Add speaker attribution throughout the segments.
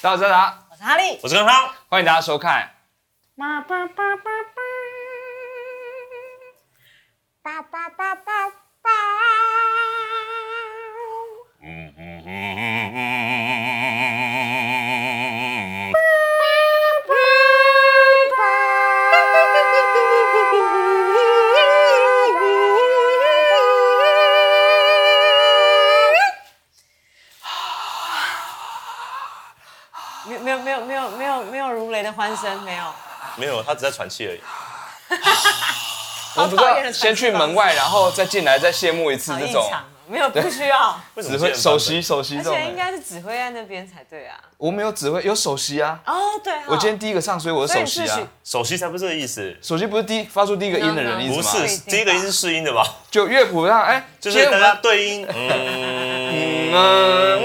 Speaker 1: 大家好，我是阿达，
Speaker 2: 我是哈利。
Speaker 3: 我是康康，
Speaker 1: 欢迎大家收看。
Speaker 2: 妈爸爸爸爸，爸爸爸爸爸，
Speaker 3: 嗯嗯嗯嗯嗯嗯
Speaker 2: 没有没有没有没有没有没有如雷的欢声，没有。
Speaker 3: 没有，他只在喘气而已。
Speaker 1: 我们不是
Speaker 2: 讨厌
Speaker 1: 要
Speaker 2: 的
Speaker 1: 先去门外，然后再进来，再谢幕一次
Speaker 2: 好
Speaker 1: 这
Speaker 2: 异
Speaker 1: 种，
Speaker 2: 常哦，没有不需要，
Speaker 3: 为什
Speaker 1: 指
Speaker 3: 么
Speaker 1: 挥
Speaker 3: 这
Speaker 1: 首
Speaker 3: 样
Speaker 1: 席
Speaker 3: 版
Speaker 1: 首席
Speaker 2: 而
Speaker 1: 这种
Speaker 2: 且
Speaker 1: 的，
Speaker 2: 应该是指挥在那边才对啊。
Speaker 1: 我没有指挥，有首席啊。
Speaker 2: 哦，对哦，
Speaker 1: 我今天第一个上，所以我是首席
Speaker 2: 所以你
Speaker 1: 啊
Speaker 2: 是。
Speaker 3: 本首席才不是这个意思？
Speaker 1: 首席不是第一发出第一个音的人的意思
Speaker 3: 不
Speaker 1: 吗？
Speaker 2: 不
Speaker 3: 是，
Speaker 2: 一定吧
Speaker 3: 第一个音是试音的吧？
Speaker 1: 就乐谱上，哎，
Speaker 3: 就是
Speaker 1: 我
Speaker 3: 大
Speaker 1: 们
Speaker 3: 家对音，嗯，
Speaker 1: 嗯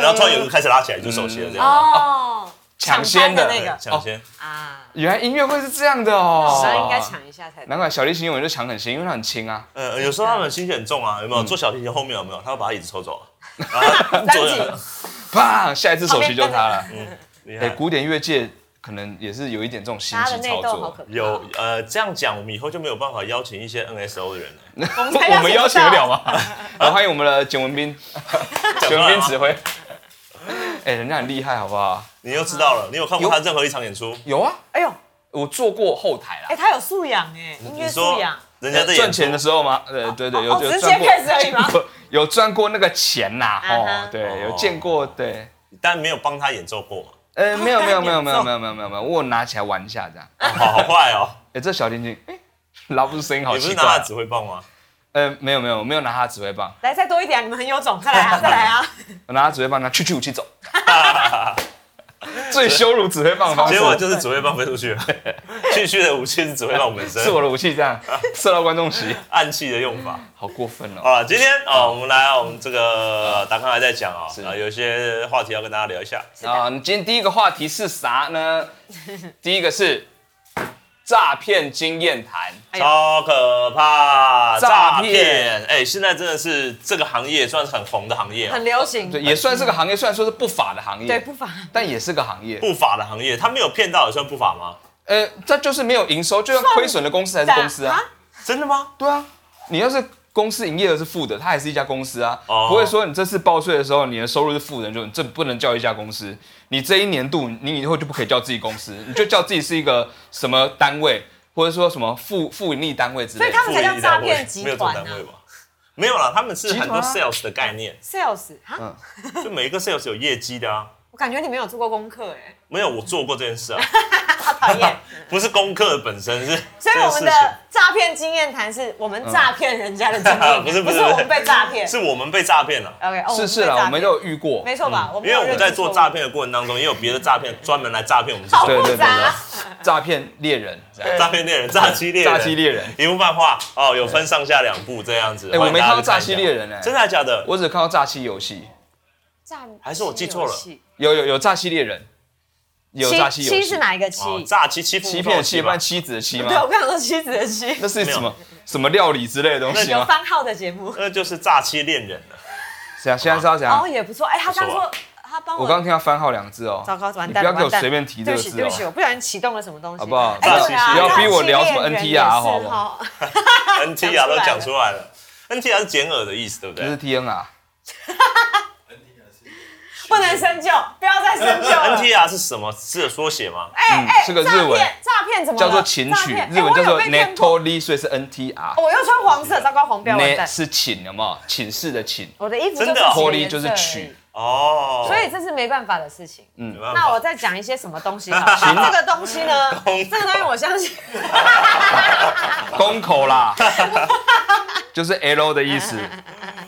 Speaker 3: 然后突然有个开始拉起来，就是首席了，这样
Speaker 2: 哦，
Speaker 1: 抢先的
Speaker 2: 抢班的那个
Speaker 3: 抢先。
Speaker 2: 啊，
Speaker 1: 原来音乐会是这样的哦。
Speaker 2: 所以应该抢一下才对
Speaker 1: 难。怪小提琴永远就抢很轻，因为它很轻啊。
Speaker 2: 哎
Speaker 3: 呃，有时候他们心情很重
Speaker 2: 嗯
Speaker 3: 啊，有没有？坐小提琴后面有没有？他会把他椅子 抽走啊了，然后他
Speaker 2: 自己
Speaker 3: 了
Speaker 1: 啪，下一次首席就是它了。
Speaker 3: 嗯厉
Speaker 1: 哎，
Speaker 3: 害。
Speaker 1: 古典乐界可能也是有一点这种新
Speaker 2: 大家
Speaker 1: 奇
Speaker 2: 的内
Speaker 1: 操
Speaker 2: 斗好
Speaker 1: 作
Speaker 2: 可。怕。
Speaker 3: 有呃，这样讲我们以后就没有办法邀请一些 NSO 的人了。
Speaker 2: 嗯 才邀请不到
Speaker 1: 我们邀请得了吗？ 好，欢迎我们的简文斌，简文斌指挥。哎，人家很厉害，好不好？
Speaker 3: 你又知道了，你有看过
Speaker 1: 有
Speaker 3: 他任何一场演出？
Speaker 1: 有啊，
Speaker 2: 哎呦，
Speaker 1: 我做过后台
Speaker 2: 哎，
Speaker 1: 啦。
Speaker 2: 他有素养哎，音
Speaker 3: 你
Speaker 2: 乐素
Speaker 3: 说
Speaker 2: 养。
Speaker 3: 人家在演
Speaker 1: 哎赚
Speaker 3: 出
Speaker 1: 钱的时候吗？对对对，有
Speaker 2: 哦
Speaker 1: 有
Speaker 2: 直接
Speaker 1: 赚过
Speaker 2: 开始而已吗，
Speaker 1: 有赚过那个钱呐。
Speaker 2: 啊
Speaker 1: 哦
Speaker 2: 哈，
Speaker 1: 对，有
Speaker 3: 哦
Speaker 1: 见过，对。
Speaker 3: 但没有帮他演奏过嘛？
Speaker 1: 呃，没有没有没有
Speaker 2: 演
Speaker 1: 没有
Speaker 2: 奏
Speaker 1: 没有没有没有没有，我有拿起来玩一下这样。哎、
Speaker 3: 哦好坏哦！
Speaker 1: 这小提琴，哎、拉不出声音， 好
Speaker 3: 你不
Speaker 1: 奇
Speaker 3: 是
Speaker 1: 怪
Speaker 3: 拿他
Speaker 1: 啊。
Speaker 3: 的指挥棒吗？
Speaker 1: 呃，没有没有没有拿他的指挥棒，
Speaker 2: 来，再多一点啊！你们很有种，再 来啊，再来啊！
Speaker 1: 我拿他指挥棒，拿去去武器 走。最羞辱指挥棒的方
Speaker 3: 结果
Speaker 1: 式，
Speaker 3: 就是指挥棒飞出去 了，去去的武器是指挥棒本身，
Speaker 1: 是我的武器这 样射到观众席，
Speaker 3: 暗器的用法。
Speaker 1: 好过分哦。
Speaker 3: 好了，今天啊、我们来啊，我们这个达康还在讲啊、
Speaker 1: 是
Speaker 3: 啊，有些话题要跟大家聊一下。
Speaker 2: 的
Speaker 1: 啊，你今天第一个话题是啥呢？第一个是诈骗经验谈，
Speaker 2: 哎呀
Speaker 3: 超可怕！
Speaker 1: 诈
Speaker 3: 诈
Speaker 1: 骗
Speaker 3: 骗！哎、现在真的是这个行业算是很红的行业、啊
Speaker 2: 很流行，
Speaker 1: 对，也算是个行业，虽然说是不法的行业，
Speaker 2: 对，不妨
Speaker 1: 但也是个行业。
Speaker 3: 不法的行业，他没有骗到也算不法吗？
Speaker 1: 呃，这就是没有营收，就算亏损的公司还是公司啊。
Speaker 3: 真的吗？
Speaker 1: 对啊，你要是公司营业额是负的，它还是一家公司啊，
Speaker 3: 哦
Speaker 1: 不会说你这次报税的时候你的收入是负的，就这不能叫一家公司。你这一年度，你以后就不可以叫自己公司，你就叫自己是一个什么单位，或者说什么复复盈利单位之
Speaker 2: 所
Speaker 1: 类
Speaker 2: 以
Speaker 1: 的
Speaker 2: 他。们才叫诈骗
Speaker 3: 没有
Speaker 2: 集
Speaker 3: 这种
Speaker 2: 团啊
Speaker 3: 单
Speaker 2: 呢
Speaker 3: 位。吧？没有啦，他们是很多
Speaker 1: 集团啊
Speaker 3: sales 的概念，
Speaker 2: Sales 哈，
Speaker 3: 就每一个 sales 有业绩的啊。
Speaker 2: 我感觉你没有做过功课哎，
Speaker 3: 没有，我做过这 件事啊，
Speaker 2: 好讨厌。
Speaker 3: 不是功课本身是
Speaker 2: 所
Speaker 3: 这
Speaker 2: 以
Speaker 3: 件
Speaker 2: 我
Speaker 3: 事
Speaker 2: 们
Speaker 3: 情。
Speaker 2: 的诈骗经验谈是我们诈骗人家的 经验，
Speaker 3: 不是
Speaker 2: 不
Speaker 3: 不是
Speaker 2: 是我们被诈骗。
Speaker 3: 是我们被诈骗了。
Speaker 2: OK，哦
Speaker 1: 是是啦，我们
Speaker 2: 就
Speaker 1: 都有嗯遇过，
Speaker 2: 没错吧？我们
Speaker 3: 因为
Speaker 2: 有
Speaker 3: 我们在做
Speaker 2: 认识
Speaker 3: 诈骗的过程当中，也有别的诈骗专门来诈骗我们这
Speaker 2: 好
Speaker 3: 种
Speaker 1: 对
Speaker 2: 复
Speaker 1: 对对
Speaker 2: 杂，
Speaker 1: 对，诈骗猎人这样。
Speaker 3: 诈骗猎人、 诈欺猎人、
Speaker 1: 诈欺猎人
Speaker 3: 一部漫画哦，有分上下两部这样子。
Speaker 1: 哎，我没看到诈
Speaker 3: 欢迎大家去
Speaker 1: 欺
Speaker 3: 一下
Speaker 1: 猎，人哎，
Speaker 3: 真的还假的？
Speaker 1: 我只看到诈欺游戏，
Speaker 2: 诈
Speaker 3: 还是我记错了
Speaker 2: 欺
Speaker 1: 有有有诈欺猎人，有诈欺
Speaker 2: 欺
Speaker 1: 游戏。
Speaker 2: 欺是哪一个欺？
Speaker 3: 哦，诈欺欺负
Speaker 1: 欺骗的欺，
Speaker 3: 欺
Speaker 1: 不然妻子的妻吗
Speaker 2: 对，？啊我刚想说妻子的妻，
Speaker 1: 那是什么什么料理之类的东西
Speaker 2: 有
Speaker 1: 吗？
Speaker 2: 番号的节目。
Speaker 3: 那就是诈欺恋人 了。
Speaker 1: 怎样？现在是要怎样
Speaker 2: 哦，？也不错。哎，他刚
Speaker 3: 不错
Speaker 2: 说
Speaker 3: 啊
Speaker 2: 他帮
Speaker 1: 我刚刚听到番号两个字哦，
Speaker 2: 糟糕，完
Speaker 1: 你
Speaker 2: 蛋
Speaker 1: 不
Speaker 2: 了，
Speaker 1: 要给我
Speaker 2: 完蛋了
Speaker 1: 随便提这个
Speaker 2: 对不起，
Speaker 1: 字
Speaker 2: 对不起，
Speaker 1: 哦，
Speaker 2: 我不小心启动了什么东西，
Speaker 1: 好不好
Speaker 2: 哎对啊
Speaker 3: 不要
Speaker 1: 逼我聊什么
Speaker 2: 诈欺
Speaker 1: NTR
Speaker 2: 恋人
Speaker 1: 啊好不
Speaker 2: 也是哈
Speaker 3: NTR 都
Speaker 2: 讲
Speaker 3: 讲
Speaker 2: 出
Speaker 3: 出来了，NTR 是简耳的意思，对不
Speaker 1: 这是
Speaker 3: 对
Speaker 1: T N 啊，
Speaker 2: 不能深究，不要再 深究了。
Speaker 3: ？NTR 是什么？是有缩写吗？
Speaker 2: 哎哎，
Speaker 1: 嗯是个
Speaker 2: 诈
Speaker 1: 日文
Speaker 2: 骗诈骗怎么了
Speaker 1: 叫做琴
Speaker 2: 诈
Speaker 1: 曲，
Speaker 2: 骗
Speaker 1: 日文叫做嗯
Speaker 2: 哎我有被
Speaker 1: n
Speaker 2: 骗
Speaker 1: e t
Speaker 2: 过
Speaker 1: o l i 所以是 N T R。
Speaker 2: 我又穿黄色，糟糕，黄标完
Speaker 1: n
Speaker 2: 蛋。
Speaker 1: 是请，有没有？寝室的寝。
Speaker 2: 我的衣服就是
Speaker 3: 真的哦
Speaker 2: 这个颜
Speaker 1: Holy 就是
Speaker 2: 色而已
Speaker 1: 曲，嗯
Speaker 3: 哦，
Speaker 2: 所以这是没办法的事情。
Speaker 3: 没办法
Speaker 2: 那我再讲一些什么东西好了？这个东西呢，
Speaker 3: 功
Speaker 2: 这个东西我 相信，
Speaker 1: 公口 啦，就是 L 的意思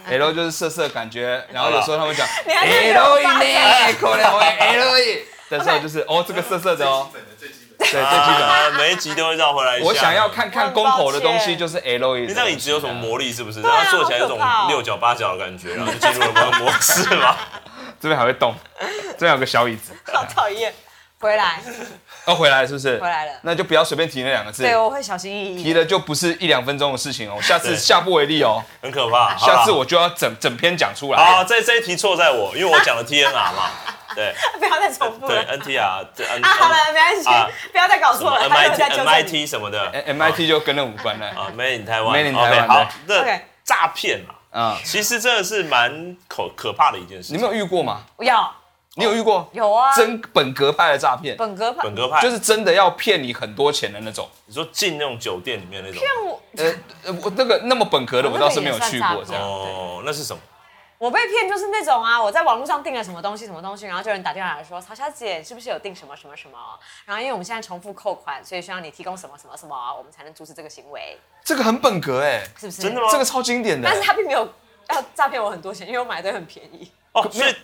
Speaker 1: ，L 就是色色感觉，然后有时候他们讲
Speaker 2: 你还是
Speaker 1: L
Speaker 2: 有发
Speaker 1: 呢，可能 会 L 的时候就是哦这个色色的哦，对最基本。
Speaker 3: 啊，每一集都会绕回来一下。
Speaker 1: 我想要看看公口的东西就是 L 一，
Speaker 3: 你那椅子有什么魔力？是不是？
Speaker 2: 啊
Speaker 3: 让它坐起来有种
Speaker 2: 好可怕哦
Speaker 3: 六角八角的感觉，然后就进入了我们的 模式嘛。
Speaker 1: 这边还会动，这边有个小椅子。
Speaker 2: 好讨厌。回来，
Speaker 1: 要哦回来了是不是？
Speaker 2: 回来了
Speaker 1: 那就不要随便提那两个字
Speaker 2: 对，，我会小心翼
Speaker 1: 提
Speaker 2: 翼。
Speaker 1: 了就不是一两分钟的事情哦。下次
Speaker 3: 对
Speaker 1: 下不为例哦，
Speaker 3: 很可怕。好啦
Speaker 1: 下次我就要整整篇讲出来。
Speaker 3: 好，这这一题错在我，因为我讲了 TNR 嘛。对
Speaker 2: 不要再重复
Speaker 3: 对
Speaker 2: 了。
Speaker 3: ，NT 啊，这 N
Speaker 2: 啊，好了，没关系
Speaker 3: 啊，
Speaker 2: 不要再搞
Speaker 3: 什
Speaker 2: 错
Speaker 3: 么
Speaker 2: 了，他又在纠
Speaker 3: MIT
Speaker 2: 正
Speaker 3: MIT 什么的
Speaker 1: 哎 M I T 就跟那无关了。
Speaker 3: 啊，Made in Taiwan。
Speaker 1: Made in
Speaker 3: OK，
Speaker 1: Taiwan，
Speaker 3: 好，
Speaker 2: OK
Speaker 3: 那诈骗嘛，
Speaker 1: 啊，
Speaker 3: 其实真的是蛮可可怕的一件事
Speaker 1: 你
Speaker 3: 情。
Speaker 1: 没有遇过吗？
Speaker 2: 你。有
Speaker 1: 你有遇过
Speaker 2: 有啊，
Speaker 1: 真本格派的诈骗，
Speaker 2: 本格派
Speaker 3: 本格派
Speaker 1: 就是真的要骗你很多钱的那种。
Speaker 3: 你说进那种酒店里面那种，
Speaker 2: 骗我，
Speaker 1: 呃，呃我那个那么本格的，
Speaker 2: 哦
Speaker 1: 我倒是没有去过
Speaker 2: 那个也算
Speaker 1: 这
Speaker 2: 诈骗
Speaker 1: 样。
Speaker 3: 哦，那是什么？
Speaker 2: 我被骗就是那种啊，我在网络上订了什么东西什么东西，然后就有人打电话来说，曹小姐是不是有订什么什么什么？然后因为我们现在重复扣款，所以需要你提供什么什么什么，我们才能阻止这个行为，
Speaker 1: 这个很本格哎，
Speaker 2: 是不是？
Speaker 3: 真的吗
Speaker 1: 这个超经典的
Speaker 2: 啊但。是他并没有要诈骗我很多钱，因为我买的很便宜。
Speaker 3: 哦，所以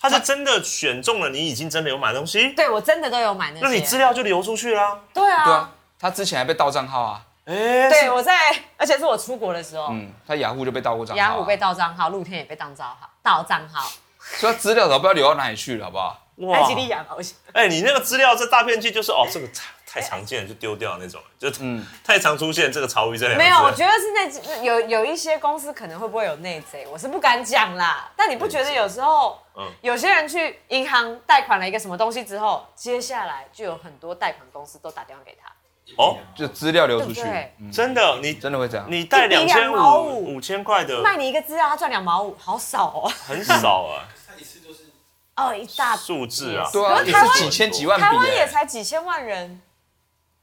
Speaker 3: 他是真的选中了你，已经真的有买东西，
Speaker 2: 对我真的都有买那些。
Speaker 3: 那你资料就流出去啦。
Speaker 2: 对啊，
Speaker 1: 对啊，他之前还被盗账号啊，
Speaker 3: 哎，
Speaker 2: 对我在，而且是我出国的时候，
Speaker 1: 嗯，他雅虎就被盗过账号啊，
Speaker 2: 雅虎被盗账号，露天也被盗账号，盗账号，
Speaker 1: 所以他资料早不知道流到哪里去了，好不好？
Speaker 2: 埃及利亚吧，我想。
Speaker 3: 哎，你那个资料在大片剧就是哦，这个太太常见了就丢掉那种，就
Speaker 1: 嗯
Speaker 3: 太常出现这个潮语这两个
Speaker 2: 没
Speaker 3: 字
Speaker 2: 有，我觉得是那那有有一些公司可能会不会有内贼，我是不敢讲啦。但你不觉得有时候，
Speaker 3: 嗯
Speaker 2: 有些人去银行贷款了一个什么东西之后，接下来就有很多贷款公司都打电话给他，
Speaker 3: 哦，
Speaker 1: 就资料流
Speaker 2: 对
Speaker 1: 出
Speaker 2: 不
Speaker 1: 去，
Speaker 2: 对？
Speaker 3: 真的你
Speaker 1: 真的会这样。
Speaker 3: 你带
Speaker 2: 一比
Speaker 3: 两千
Speaker 2: 两毛五
Speaker 3: 五五千块的
Speaker 2: 卖你一个资料，他赚两毛五，好少哦。
Speaker 3: 很少啊，
Speaker 2: 哦，一大
Speaker 3: 数字啊，
Speaker 1: 对啊，
Speaker 2: 嗯可是
Speaker 1: 也
Speaker 2: 台湾
Speaker 1: 是几千几万
Speaker 2: 台湾
Speaker 1: 笔
Speaker 2: 也
Speaker 1: 哎，
Speaker 2: 才几千万人，